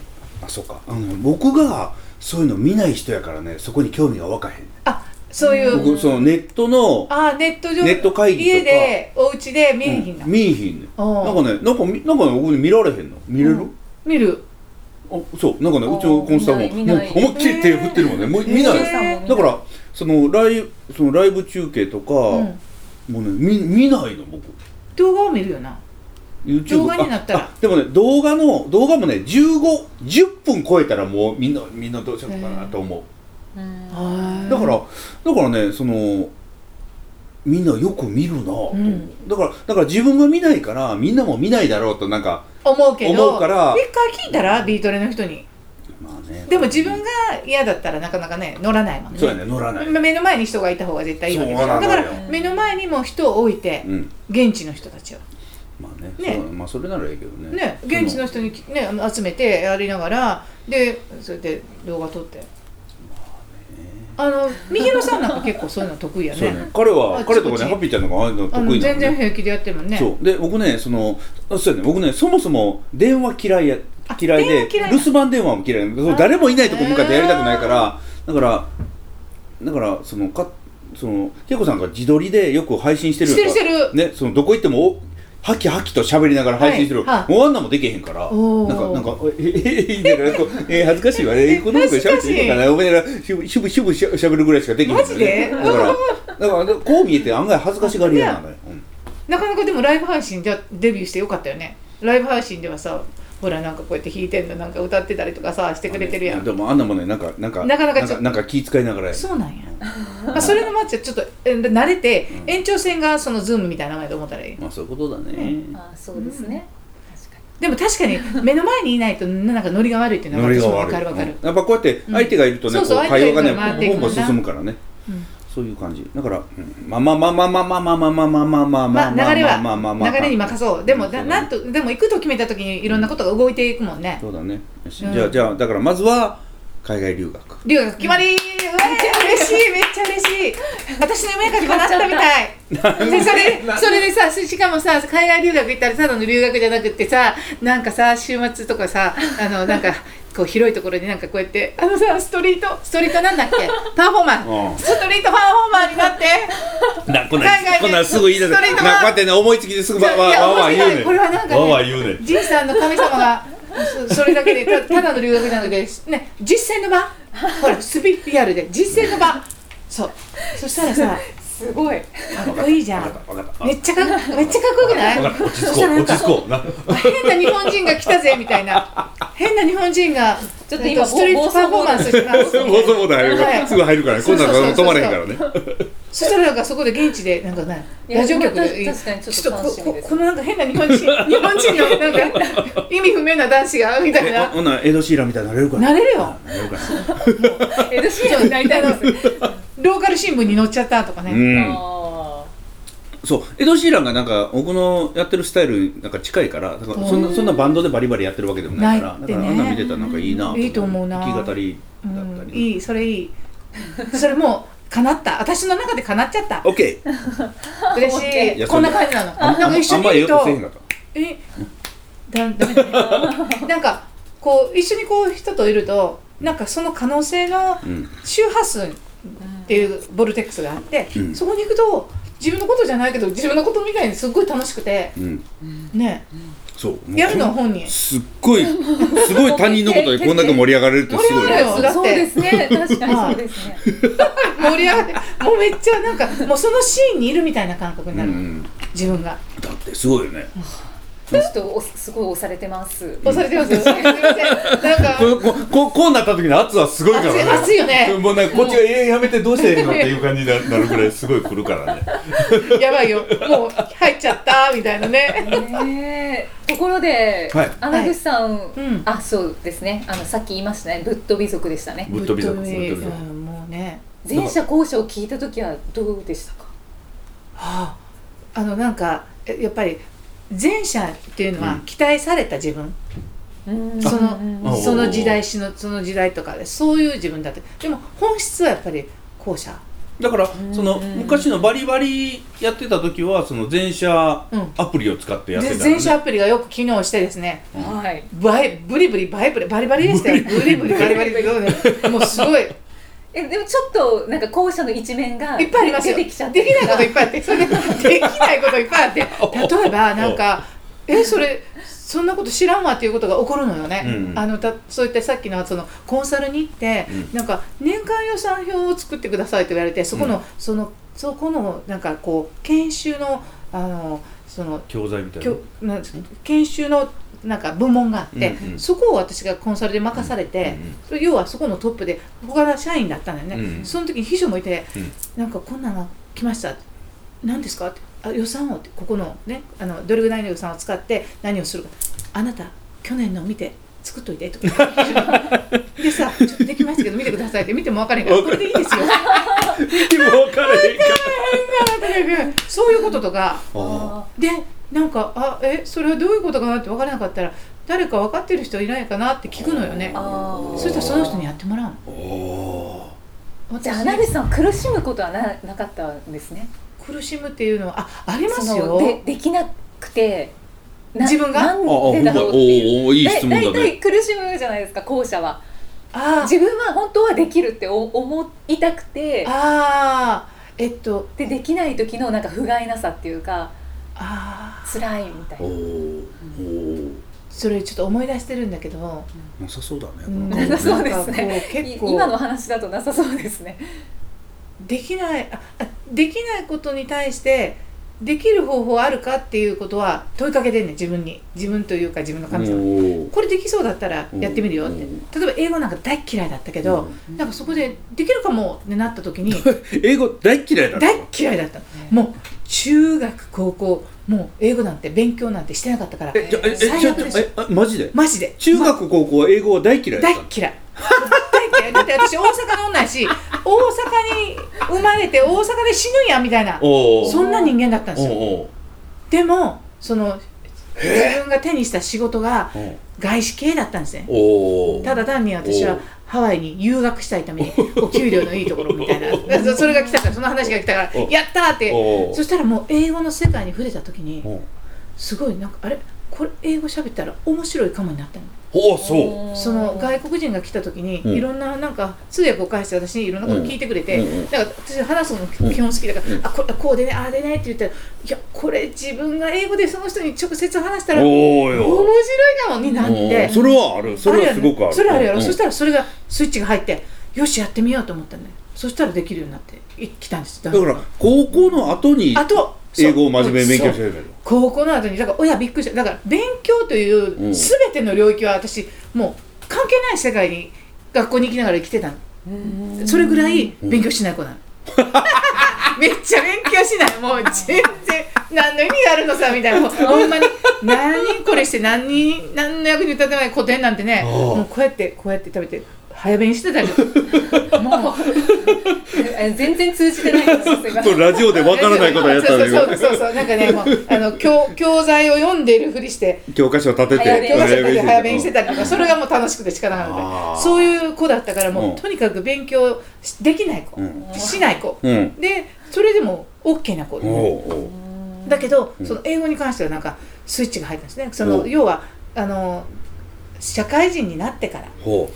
[SPEAKER 2] あそうかあのね僕がそういうの見ない人やからねそこに興味が湧かへん
[SPEAKER 3] あそういう、
[SPEAKER 2] 僕そのネットの
[SPEAKER 3] あネット上
[SPEAKER 2] ネット会議とか
[SPEAKER 3] 家でお家で見えへんだ、
[SPEAKER 2] うん見えひんねん
[SPEAKER 3] おう
[SPEAKER 2] なんかねなんかみなんかね僕に見られへんの見れる、
[SPEAKER 3] うん見る
[SPEAKER 2] あそうなんかねうちのコンスタも
[SPEAKER 4] あー見ない見ない
[SPEAKER 2] もう思いっきり手振ってるもんねもう見ない、
[SPEAKER 3] へー
[SPEAKER 2] だからそのライブそのライブ中継とか、
[SPEAKER 3] うん
[SPEAKER 2] もうね見見ないの僕
[SPEAKER 3] 動画を見るよな
[SPEAKER 2] YouTube
[SPEAKER 3] 動画になったら
[SPEAKER 2] ああでもね動画の動画もね1510分超えたらもうみんなみんなどうしようかなと思う
[SPEAKER 4] うん
[SPEAKER 2] だ
[SPEAKER 3] だ
[SPEAKER 2] から、だからね、その。みんなよく見るな、
[SPEAKER 3] ん
[SPEAKER 2] だから、だから自分が見ないから、みんなも見ないだろうと、なんか。
[SPEAKER 3] 思うけど
[SPEAKER 2] 思うから
[SPEAKER 3] 一回聞いたらビートレの人に
[SPEAKER 2] まあね。
[SPEAKER 3] でも自分が嫌だったらなかなかね乗らないもんね
[SPEAKER 2] そうやね、乗らない。
[SPEAKER 3] ま目の前に人がいた方が絶対いいわけでし
[SPEAKER 2] そ
[SPEAKER 3] ょ
[SPEAKER 2] うな
[SPEAKER 3] だ
[SPEAKER 2] の
[SPEAKER 3] か
[SPEAKER 2] よ
[SPEAKER 3] ら目の前にも人を置いて
[SPEAKER 2] うん、
[SPEAKER 3] 現地の人たちを
[SPEAKER 2] まあね、
[SPEAKER 3] ね
[SPEAKER 2] そうまあ、それならいいけどね。
[SPEAKER 3] ね現地の人にき、ね、あの集めてやりながらでそれで動画撮ってあのみひろさんなんか結構そういうの得意や
[SPEAKER 2] そうや
[SPEAKER 3] ね
[SPEAKER 2] ね、彼は
[SPEAKER 3] あ、
[SPEAKER 2] 彼とか
[SPEAKER 3] ちこ
[SPEAKER 2] ね、
[SPEAKER 3] ち
[SPEAKER 2] ハッピーちゃんの方がああいうの
[SPEAKER 3] あ
[SPEAKER 2] 得
[SPEAKER 3] の
[SPEAKER 2] 意なの、
[SPEAKER 3] 全
[SPEAKER 2] ね。
[SPEAKER 3] 然平気でやってるもんね
[SPEAKER 2] そうで僕ねそのあそうやね僕ねそもそも電話嫌いや
[SPEAKER 3] あ
[SPEAKER 2] 嫌いで
[SPEAKER 3] 電話嫌いな
[SPEAKER 2] 留守番電話も嫌いなんだけど誰もいないとこ向かってやりたくないからだからだからそのかその恵子さんが自撮りでよく配信してる
[SPEAKER 3] してるしてる
[SPEAKER 2] ねそのどこ行ってもおハキハキと喋りながら配信してる、
[SPEAKER 3] はいはい
[SPEAKER 2] もうあんなもできへんから
[SPEAKER 3] おー
[SPEAKER 2] なんかなんかええええだからこうえ恥ずかしい
[SPEAKER 3] (laughs)
[SPEAKER 2] わねこの子喋っていいのかなお前らしぶしぶしぶしゃ喋るぐらいしかできへんから、ね、
[SPEAKER 3] マジ
[SPEAKER 2] だからだからこう見えて案外恥ずかしがり屋なのよ、うん
[SPEAKER 3] なかなかでもライブ配信じゃデビューしてよかったよねライブ配信ではさほらなんかこうやって弾いてんのなんか歌ってたりとかさしてくれてるや
[SPEAKER 2] あ
[SPEAKER 3] ん
[SPEAKER 2] でもあんなもんねなんかなんか
[SPEAKER 3] なかなかち
[SPEAKER 2] ん
[SPEAKER 3] ょっ
[SPEAKER 2] か
[SPEAKER 3] と
[SPEAKER 2] なんか気遣いながらや
[SPEAKER 3] そうなんや、まあ、それのマッチはちょっとえ慣れて
[SPEAKER 2] うん
[SPEAKER 3] 延長戦がそのズームみたいな名前で思ったらいい
[SPEAKER 2] まあそういうことだね、
[SPEAKER 4] あーそうですね確か
[SPEAKER 3] でも確かに目の前にいないとなんかノリが悪いっていうの
[SPEAKER 2] ノ
[SPEAKER 3] は
[SPEAKER 2] リ
[SPEAKER 3] 私
[SPEAKER 2] が
[SPEAKER 3] もわ
[SPEAKER 2] 悪い
[SPEAKER 3] かるわかる
[SPEAKER 2] うん、やっぱこうやって相手がいるとね、
[SPEAKER 3] うん
[SPEAKER 2] こ
[SPEAKER 3] そううそう
[SPEAKER 2] 会話がね
[SPEAKER 3] 相手が回ってい
[SPEAKER 2] ボ
[SPEAKER 3] く
[SPEAKER 2] ン
[SPEAKER 3] もん
[SPEAKER 2] ボ
[SPEAKER 3] な
[SPEAKER 2] ン進むからね、
[SPEAKER 3] うん
[SPEAKER 2] そういう感じだから、うん、まあまあまあまあまあまあまあまあまあまあまあまあ
[SPEAKER 3] まあ流れは
[SPEAKER 2] まあまあまあまあまあ
[SPEAKER 3] 流れに任そうでも
[SPEAKER 2] そうだ
[SPEAKER 3] な
[SPEAKER 2] ね
[SPEAKER 3] なんとでも行くと決めた時にいろんなことが動いていくもんね
[SPEAKER 2] そうだねよし
[SPEAKER 3] うん
[SPEAKER 2] じゃあじゃあだからまずは海外留学
[SPEAKER 3] 留学決まり、うえ嬉しいめっちゃ嬉しい私の夢が叶ったみたいでそれそれでさししかもさ海外留学行ったらただの留学じゃなくってさなんかさ週末とかさあのなんかこう広いところになんかこうやってあのさストリートストリートなんだっけパフォーマー、
[SPEAKER 2] うん
[SPEAKER 3] ストリートパフォーマーになって
[SPEAKER 2] なこん
[SPEAKER 3] 海外
[SPEAKER 2] な
[SPEAKER 3] で
[SPEAKER 2] んこんなんすぐ言い出す
[SPEAKER 3] ストリート
[SPEAKER 2] なこうやってね思いつきですぐわわ
[SPEAKER 3] いや
[SPEAKER 2] わわ
[SPEAKER 3] 面
[SPEAKER 2] 言う
[SPEAKER 3] 白い
[SPEAKER 2] ねん
[SPEAKER 3] これはなんかね
[SPEAKER 2] わわ言うねん
[SPEAKER 3] じいさんの神様がそそれだけでたただの留学じゃなくて、ね、実践の場ほらスピリアルで実践の場そうそしたらさ
[SPEAKER 4] すごい
[SPEAKER 3] かっこいいじゃ
[SPEAKER 2] わ
[SPEAKER 3] ん
[SPEAKER 2] かったわかった
[SPEAKER 3] めっちゃかっこめっちゃかっこよくない
[SPEAKER 2] わかった落ち
[SPEAKER 3] そ
[SPEAKER 2] 着こ
[SPEAKER 3] したら
[SPEAKER 2] う
[SPEAKER 3] なん
[SPEAKER 2] 落
[SPEAKER 3] か
[SPEAKER 2] ち着こうな
[SPEAKER 3] 変な日本人が来たぜみたいな変な日本人が
[SPEAKER 4] ちょっと今
[SPEAKER 3] ストリートパフォーマンスしてます
[SPEAKER 2] ボソボソ入るか
[SPEAKER 3] は
[SPEAKER 2] ら
[SPEAKER 3] い
[SPEAKER 2] すぐ入るからこんなん止まれへんからね
[SPEAKER 3] そしたらなんかそこで現地でなんかね
[SPEAKER 4] いや
[SPEAKER 3] ラジオ局で
[SPEAKER 4] いや確かにちょっと
[SPEAKER 3] こ
[SPEAKER 4] 楽しみです
[SPEAKER 3] ここのなんか変な日本人日本人のなんか意味不明な男子がみたい
[SPEAKER 2] え
[SPEAKER 4] (laughs)
[SPEAKER 3] な
[SPEAKER 2] ほんならエド・シーランみたいになれるから
[SPEAKER 3] なれるよ
[SPEAKER 2] なれるから
[SPEAKER 4] エドシーランになりたいです
[SPEAKER 3] (laughs) ローカル新聞に載っちゃったとかね、
[SPEAKER 2] うん
[SPEAKER 4] あ
[SPEAKER 2] そうエド・シーランがなんか僕のやってるスタイルになんか近いからだからそんなそんなバンドでバリバリやってるわけでもないから
[SPEAKER 3] ないっ
[SPEAKER 2] だ
[SPEAKER 3] て
[SPEAKER 2] から
[SPEAKER 3] ね
[SPEAKER 2] あんなん見てたらなんかいいな思って
[SPEAKER 3] いいと思うな
[SPEAKER 2] 弾き語り
[SPEAKER 3] う
[SPEAKER 2] だった
[SPEAKER 3] ん、
[SPEAKER 2] り
[SPEAKER 3] いいそれいいそれもう叶った私の中で叶っちゃった
[SPEAKER 2] オッケー
[SPEAKER 3] 嬉し
[SPEAKER 2] い
[SPEAKER 3] い
[SPEAKER 2] や
[SPEAKER 3] こんな感じなの
[SPEAKER 2] あん
[SPEAKER 3] な
[SPEAKER 2] ま
[SPEAKER 3] んか一緒
[SPEAKER 2] あん
[SPEAKER 3] に
[SPEAKER 2] ま
[SPEAKER 3] い
[SPEAKER 2] ええ
[SPEAKER 3] る
[SPEAKER 2] こと
[SPEAKER 3] と
[SPEAKER 2] せえへんかった
[SPEAKER 3] えだダメだね
[SPEAKER 4] (laughs)
[SPEAKER 3] なんかこう一緒にこう人といるとなんかその可能性が
[SPEAKER 2] うん
[SPEAKER 3] 周波数っていうボルテックスがあって、
[SPEAKER 2] うん
[SPEAKER 3] そこに行くと自分のことじゃないけど自分のことみたいにすっごい楽しくて
[SPEAKER 2] うん
[SPEAKER 3] ね
[SPEAKER 2] そうもう
[SPEAKER 3] やるのは本人
[SPEAKER 2] すっごいすごい他人のことで
[SPEAKER 3] (laughs)
[SPEAKER 2] こんだけ盛り上がれるってすごい
[SPEAKER 3] 盛り上がるよ
[SPEAKER 4] ーそうですね確かにそうですね
[SPEAKER 3] 盛り上がってもうめっちゃなんかもうそのシーンにいるみたいな感覚に
[SPEAKER 2] う
[SPEAKER 3] なる、
[SPEAKER 2] ん
[SPEAKER 3] 自分が
[SPEAKER 2] だってすごいよね
[SPEAKER 4] ちょっとおすごい押されてます
[SPEAKER 3] 押されてますよすいませんなんか
[SPEAKER 2] ここここうなった時の圧はすごいから
[SPEAKER 3] 熱い
[SPEAKER 2] ね
[SPEAKER 3] 熱いよね
[SPEAKER 2] もうなんかこっちが「えやめてどうしてええの?」っていう感じにななるぐらいすごい来るからね
[SPEAKER 3] やばいよもう入っちゃったみたいなね
[SPEAKER 4] ねえところで、
[SPEAKER 2] はい
[SPEAKER 4] 穴口さん、
[SPEAKER 3] うん
[SPEAKER 4] あそうですねあのさっき言いましたねぶっ飛び族でしたね
[SPEAKER 2] ぶっ飛びだ
[SPEAKER 3] ぶ
[SPEAKER 2] ぶっ
[SPEAKER 3] っ
[SPEAKER 2] 飛び
[SPEAKER 3] 飛
[SPEAKER 2] だ
[SPEAKER 3] びうんもうね
[SPEAKER 4] 前者後者を聞いた時はどうでしたか
[SPEAKER 3] はあ、あのなんかえやっぱり前者っていうの
[SPEAKER 2] う
[SPEAKER 3] は
[SPEAKER 2] ん
[SPEAKER 3] 期待された自分、
[SPEAKER 4] うん
[SPEAKER 3] そ
[SPEAKER 4] うん
[SPEAKER 2] あ
[SPEAKER 3] のその時
[SPEAKER 2] お
[SPEAKER 3] 代
[SPEAKER 2] ー
[SPEAKER 3] しのその時代とかでそういう自分だってでも本質はやっぱり後者
[SPEAKER 2] だから
[SPEAKER 4] ん
[SPEAKER 2] その昔のバリバリやってた時はその全社
[SPEAKER 3] うん
[SPEAKER 2] アプリを使ってやってた
[SPEAKER 3] で
[SPEAKER 2] のね
[SPEAKER 3] 全社アプリがよく機能してですね
[SPEAKER 4] はい
[SPEAKER 3] バイブリブリバイブリバリバリでしたよブリブリバリバリもうすごいいっ
[SPEAKER 4] えでもちょっとなんか後者の一面が
[SPEAKER 3] ぱいありますよ
[SPEAKER 4] 出
[SPEAKER 3] で
[SPEAKER 4] てき
[SPEAKER 3] き
[SPEAKER 4] ちゃ
[SPEAKER 3] ない
[SPEAKER 4] って
[SPEAKER 3] こといっぱいあってそれでできないこといっぱい (laughs) あって例えばなんか「えそれそんなこと知らんわ」っていうことが起こるのよね、
[SPEAKER 2] うん
[SPEAKER 3] あのたそういったさっきのそのコンサルに行って、
[SPEAKER 2] う
[SPEAKER 3] なんか年間予算表を作ってくださいって言われてそこの、そのそこのなんかこう研修のあのその
[SPEAKER 2] 教材みたい
[SPEAKER 3] き
[SPEAKER 2] な
[SPEAKER 3] ょなん研修のなんか部門があって、
[SPEAKER 2] うんうん
[SPEAKER 3] そこを私がコンサルで任されて、それ要はそこのトップで他の社員だったんだよね、
[SPEAKER 2] うん
[SPEAKER 3] その時に秘書もいて、
[SPEAKER 2] うん
[SPEAKER 3] なんかこんなの来ました何ですかってあ予算をってここのねあのどれぐらいの予算を使って何をするかあなた去年の見て作っといてとかでさちょっとできましたけど見てくださいって見ても分からへんからこれでい
[SPEAKER 2] (laughs)
[SPEAKER 3] いですよ
[SPEAKER 2] でも分からへんか
[SPEAKER 3] そういうこととか
[SPEAKER 2] あ
[SPEAKER 3] でなんかあえそれはどういうことかなって分からなかったら誰か分かってる人いないかなって聞くのよね
[SPEAKER 4] あー
[SPEAKER 3] そしたらその人にやってもらうの
[SPEAKER 2] あおー
[SPEAKER 4] じゃあ穴口さんは苦しむことはななかったんですね
[SPEAKER 3] 苦しむっていうのはああります
[SPEAKER 4] そので
[SPEAKER 3] よ
[SPEAKER 4] できなくてな
[SPEAKER 3] 自分が
[SPEAKER 4] なん
[SPEAKER 2] あほ
[SPEAKER 4] で
[SPEAKER 2] ん
[SPEAKER 4] だ
[SPEAKER 2] ま
[SPEAKER 4] ろ
[SPEAKER 2] お
[SPEAKER 4] うっていう
[SPEAKER 2] ーおーいい
[SPEAKER 4] だ
[SPEAKER 2] 質問だ
[SPEAKER 4] いた
[SPEAKER 2] ね
[SPEAKER 4] い苦しむじゃないですか後者は
[SPEAKER 3] あー
[SPEAKER 4] 自分は本当はできるってお思いたくて
[SPEAKER 3] あーえっと
[SPEAKER 4] でできない時のなんか不甲斐なさっていうか
[SPEAKER 3] ああ
[SPEAKER 4] 辛いみたい
[SPEAKER 2] お
[SPEAKER 4] な
[SPEAKER 2] ーおー
[SPEAKER 3] それちょっと思い出してるんだけど、
[SPEAKER 2] なさそうだね、
[SPEAKER 3] うん
[SPEAKER 2] なんか
[SPEAKER 4] なさそうで
[SPEAKER 3] なん
[SPEAKER 4] すね
[SPEAKER 3] かこう
[SPEAKER 4] い
[SPEAKER 3] 結構
[SPEAKER 4] 今の話だとなさそうですね
[SPEAKER 3] できないああできないことに対してできる方法あるかっていうことは問いかけてんねん自分に自分というか自分の神様に
[SPEAKER 2] おー
[SPEAKER 3] これできそうだったらやってみるよって
[SPEAKER 2] うん
[SPEAKER 3] 例えば英語なんか大っ嫌いだったけど、なんかそこでできるかもってなった時
[SPEAKER 2] (laughs)
[SPEAKER 3] に
[SPEAKER 2] 英語大っ嫌いだった
[SPEAKER 3] 大っ嫌いだったのもう中学高校もう英語なんて勉強なんてしてなかったから
[SPEAKER 2] えじゃあええちょ
[SPEAKER 3] 最悪でしょ
[SPEAKER 2] えあマジで
[SPEAKER 3] マジで
[SPEAKER 2] 中学高校は英語は大嫌いだ
[SPEAKER 3] 大
[SPEAKER 2] っ
[SPEAKER 3] った
[SPEAKER 2] の
[SPEAKER 3] 嫌い大嫌いだって私大阪の女や
[SPEAKER 2] (laughs)
[SPEAKER 3] し大阪に生まれて大阪で死ぬんやみたいな
[SPEAKER 2] おー
[SPEAKER 3] そんな人間だったんですよ
[SPEAKER 2] おー
[SPEAKER 3] でもその自分が手にした仕事が
[SPEAKER 2] おー
[SPEAKER 3] 外資系だったんですね
[SPEAKER 2] おー
[SPEAKER 3] ただ単に私は
[SPEAKER 2] お
[SPEAKER 3] ハワイに留学したいためにお給料のいいところみたいなそそれが来たからその話が来たから
[SPEAKER 2] お
[SPEAKER 3] やったーって
[SPEAKER 2] おう
[SPEAKER 3] そしたらもう英語の世界に触れた時に
[SPEAKER 2] おう
[SPEAKER 3] すごいなんかあれこれ英語喋ったら面白いかもになったの
[SPEAKER 2] おうそう
[SPEAKER 3] その外国人が来た時に
[SPEAKER 2] うん
[SPEAKER 3] いろんななんか通訳を介して私にいろんなこと聞いてくれて、
[SPEAKER 2] うんうん
[SPEAKER 3] なんか私話すの基本好きだから、
[SPEAKER 2] うん
[SPEAKER 3] あここうでねああでねって言ったらいやこれ自分が英語でその人に直接話したら面
[SPEAKER 2] おうよ
[SPEAKER 3] 白いかもにな
[SPEAKER 2] お
[SPEAKER 3] っ
[SPEAKER 2] う
[SPEAKER 3] て
[SPEAKER 2] それはあるそれはすごくある
[SPEAKER 3] それあるやろ、
[SPEAKER 2] うん
[SPEAKER 3] そしたらそれがスイッチが入ってよしやってみようと思ったんだよそしたらできるようになってい来たんです
[SPEAKER 2] だから高校の後に
[SPEAKER 3] あと
[SPEAKER 2] 英語を真面目に勉強し
[SPEAKER 3] そう
[SPEAKER 2] てるけど
[SPEAKER 3] 高校の後にだから親びっくりしただから勉強と
[SPEAKER 2] う
[SPEAKER 3] い
[SPEAKER 2] ん
[SPEAKER 3] う全ての領域は私もう関係ない世界に学校に行きながら生きてたの
[SPEAKER 4] うん
[SPEAKER 3] それぐらい勉強しない子な
[SPEAKER 4] (laughs)
[SPEAKER 3] の。めっちゃ勉強しないもう全然何の意味があるのさみたいなもうほんまに何これして何何の役に立たない古典なんてね
[SPEAKER 2] ああ
[SPEAKER 3] もうこうやってこうやって食べて早弁してたけどもう
[SPEAKER 4] (laughs) え全然通じてないですそれ
[SPEAKER 3] (laughs)
[SPEAKER 4] が
[SPEAKER 2] ちょっとラジオでわからないことやったんだけ
[SPEAKER 3] そうそう
[SPEAKER 2] ど
[SPEAKER 3] そうそうなんかねもうあの教教材を読んでいるふりして
[SPEAKER 2] 教科書立てて
[SPEAKER 4] 早
[SPEAKER 3] 教科書とかで早弁して
[SPEAKER 2] た
[SPEAKER 3] たりとかそれがもう楽しくて仕方なか
[SPEAKER 2] あ
[SPEAKER 3] っ
[SPEAKER 2] あ
[SPEAKER 3] たそういう子だったからも
[SPEAKER 2] うん
[SPEAKER 3] うとにかく勉強しできない子
[SPEAKER 2] うん
[SPEAKER 3] しない子
[SPEAKER 2] うん
[SPEAKER 3] でそれでも OK な子
[SPEAKER 2] おうおう
[SPEAKER 3] だけど、
[SPEAKER 2] ん
[SPEAKER 3] その英語に関してはなんかスイッチが入ったんですねそ
[SPEAKER 2] お
[SPEAKER 3] の要はあの社会人になってから
[SPEAKER 2] ほ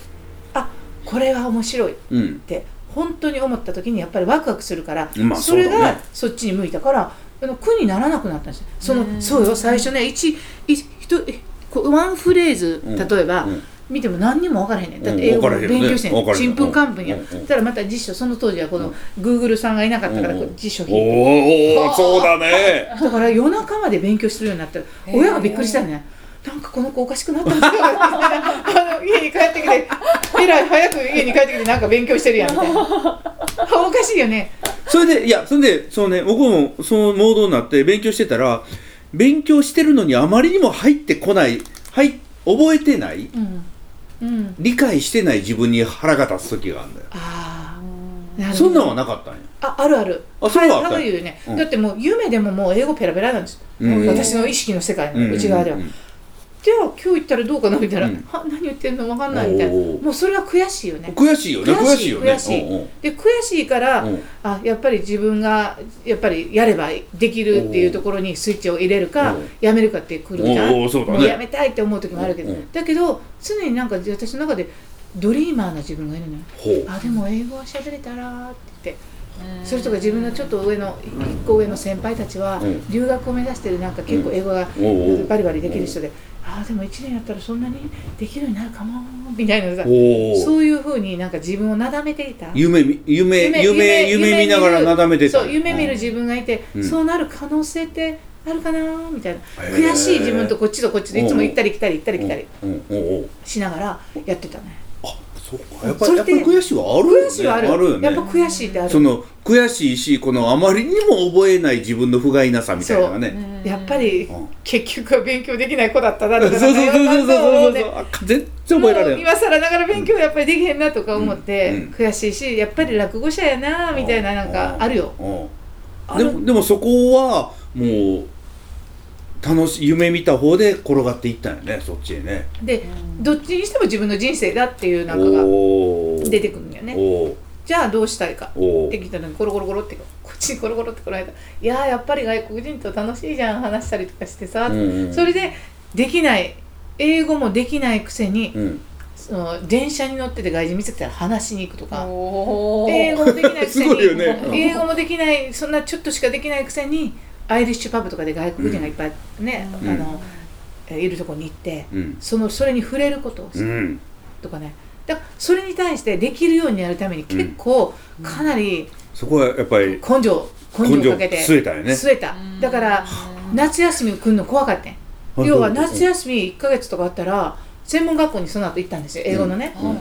[SPEAKER 3] あこれは面白いっ
[SPEAKER 2] ううん
[SPEAKER 3] て本当に思った時にやっぱりワクワクするから、
[SPEAKER 2] まあ
[SPEAKER 3] それ
[SPEAKER 2] そうだ
[SPEAKER 3] が
[SPEAKER 2] ね
[SPEAKER 3] そっちに向いたからあの苦にならなくなったんですよそのそうよ最初ね一一一こうワンフレーズ
[SPEAKER 2] うん
[SPEAKER 3] 例えば、
[SPEAKER 2] うん
[SPEAKER 3] 見ても何にも分からへんねんだっ
[SPEAKER 2] うん
[SPEAKER 3] て英
[SPEAKER 2] 分
[SPEAKER 3] 語
[SPEAKER 2] か
[SPEAKER 3] を
[SPEAKER 2] らへんよね
[SPEAKER 3] 勉強してん
[SPEAKER 2] 分からへん
[SPEAKER 3] ちんぷんかんぷんや
[SPEAKER 2] うんうん
[SPEAKER 3] そしたらまた辞書その当時はこの Google さんがいなかったからこう辞書引いて
[SPEAKER 2] おおそうだね
[SPEAKER 3] だから夜中まで勉強するようになったら
[SPEAKER 4] へー
[SPEAKER 3] 親がびっくりしたよね。なんかこの子おかしくなったんですよあの家に帰ってきてえらい早く家に帰ってきてなんか勉強してるやんみたいなおかしいよね
[SPEAKER 2] それでいやそれでそうね僕もそのモードになって勉強してたら勉強してるのにあまりにも入ってこないはい覚えてない
[SPEAKER 3] うん、うん、
[SPEAKER 2] 理解してない自分に腹が立つ時があるんだよ
[SPEAKER 3] あある
[SPEAKER 2] そんなんはなかったんや
[SPEAKER 3] ああるある
[SPEAKER 2] あそれはあった
[SPEAKER 3] はいるよね、
[SPEAKER 2] うん
[SPEAKER 3] だってもう夢でももう英語ペラペラなんです、
[SPEAKER 2] うん
[SPEAKER 3] 私の意識の世界
[SPEAKER 2] うん
[SPEAKER 3] の内側では、
[SPEAKER 2] うん
[SPEAKER 3] では今日行ったらどうかなみたいな、
[SPEAKER 2] うん
[SPEAKER 3] は何言ってんの分かんないみたいな
[SPEAKER 2] おー
[SPEAKER 3] もうそれは悔しいよね
[SPEAKER 2] 悔しいよね悔
[SPEAKER 3] 悔
[SPEAKER 2] し
[SPEAKER 3] し
[SPEAKER 2] い
[SPEAKER 3] い
[SPEAKER 2] よね
[SPEAKER 3] 悔しい
[SPEAKER 2] うんうん
[SPEAKER 3] で悔しいから、
[SPEAKER 2] うん
[SPEAKER 3] あやっぱり自分がやっぱりやればできるっていうところにスイッチを入れるか、
[SPEAKER 2] うん
[SPEAKER 3] やめるかってくるじゃん、
[SPEAKER 2] おうおうそうだね
[SPEAKER 3] もうやめたいって思う時もあるけど、
[SPEAKER 2] うんうん
[SPEAKER 3] だけど常になんか私の中でドリーマーな自分がいるのよ
[SPEAKER 2] ほう
[SPEAKER 3] あでも英語は喋れたらって言ってそれとか自分のちょっと上の一個上の先輩たちは
[SPEAKER 2] うん
[SPEAKER 3] 留学を目指してるなんか結構英語が
[SPEAKER 2] おうおう
[SPEAKER 3] バリバリできる人で、ああでも1年やったらそんなにできるようになるかもみたいなさ
[SPEAKER 2] おう
[SPEAKER 3] そういうふうになんか自分をなだめていた。
[SPEAKER 2] 夢み夢夢夢見ながら
[SPEAKER 3] る
[SPEAKER 2] なだめてた
[SPEAKER 3] そう夢見
[SPEAKER 2] うん
[SPEAKER 3] る自分がいて、
[SPEAKER 2] うん
[SPEAKER 3] そうなる可能性ってあるかなみたいな
[SPEAKER 2] へー
[SPEAKER 3] 悔しい自分とこっちとこっちでいつも行ったり来たり行ったり来たり
[SPEAKER 2] うんうんうん
[SPEAKER 3] しながらやってたね
[SPEAKER 2] あそうかやっぱ
[SPEAKER 3] そ
[SPEAKER 2] り
[SPEAKER 3] れ
[SPEAKER 2] やっ
[SPEAKER 3] っ
[SPEAKER 2] ぱ
[SPEAKER 3] て
[SPEAKER 2] り悔しいはあるよね
[SPEAKER 3] 悔しいはある
[SPEAKER 2] よね
[SPEAKER 3] やっぱ悔しいってある
[SPEAKER 2] その悔しいしこのあまりにも覚えない自分の不甲斐なさみたいなのがね
[SPEAKER 3] やっぱり
[SPEAKER 2] うん (laughs)
[SPEAKER 3] 結局は勉強できない子だったな
[SPEAKER 2] そ
[SPEAKER 3] と
[SPEAKER 2] う
[SPEAKER 3] か
[SPEAKER 2] そうそうそうそうそう
[SPEAKER 3] ね
[SPEAKER 2] あ全然覚えられ
[SPEAKER 3] もう
[SPEAKER 2] ない
[SPEAKER 3] 今更ながら勉強やっぱりできへんなとか思って、
[SPEAKER 2] うんうん
[SPEAKER 3] 悔しいしやっぱり落語者やなみたいななんかあるよ
[SPEAKER 2] うん
[SPEAKER 3] あ
[SPEAKER 2] で
[SPEAKER 3] る
[SPEAKER 2] もでもそこはもう楽しい夢見た方で転がっていったんよねそっちへね
[SPEAKER 3] でどっちにしても自分の人生だっていうなんかが
[SPEAKER 2] おー
[SPEAKER 3] 出てくるんだよね
[SPEAKER 2] おー
[SPEAKER 3] じゃあどうしたいか
[SPEAKER 2] お
[SPEAKER 3] で
[SPEAKER 2] ー
[SPEAKER 3] きたのにコロコロコロってこっちにコロコロってこの間いやーやっぱり外国人と楽しいじゃん話したりとかしてさ、
[SPEAKER 2] うんうん
[SPEAKER 3] それでできない英語もできないくせに、
[SPEAKER 2] うん
[SPEAKER 3] その電車に乗ってて外人見つけたら話しに行くとか、
[SPEAKER 4] おー
[SPEAKER 3] 英語もできないくせ
[SPEAKER 2] す
[SPEAKER 3] に、
[SPEAKER 2] ごいよねうん
[SPEAKER 3] 英語もできないそんなちょっとしかできないくせにアイリッシュパブとかで外国人がいっぱいね、
[SPEAKER 2] うん
[SPEAKER 3] あのえいるとこに行って
[SPEAKER 2] うん
[SPEAKER 3] そのそれに触れることをす
[SPEAKER 2] う
[SPEAKER 3] る
[SPEAKER 2] ん
[SPEAKER 3] とかね、だからそれに対してできるようになるために結構かなり、
[SPEAKER 2] そこはやっぱり
[SPEAKER 3] 根性根
[SPEAKER 2] 根
[SPEAKER 3] 性
[SPEAKER 2] 性
[SPEAKER 3] かけて
[SPEAKER 2] 据えたよね
[SPEAKER 3] 据えただから夏休み来るの怖かったん要は夏休み1ヶ月とかあったら専門学校にその後行ったんですよ英語のね、
[SPEAKER 2] うん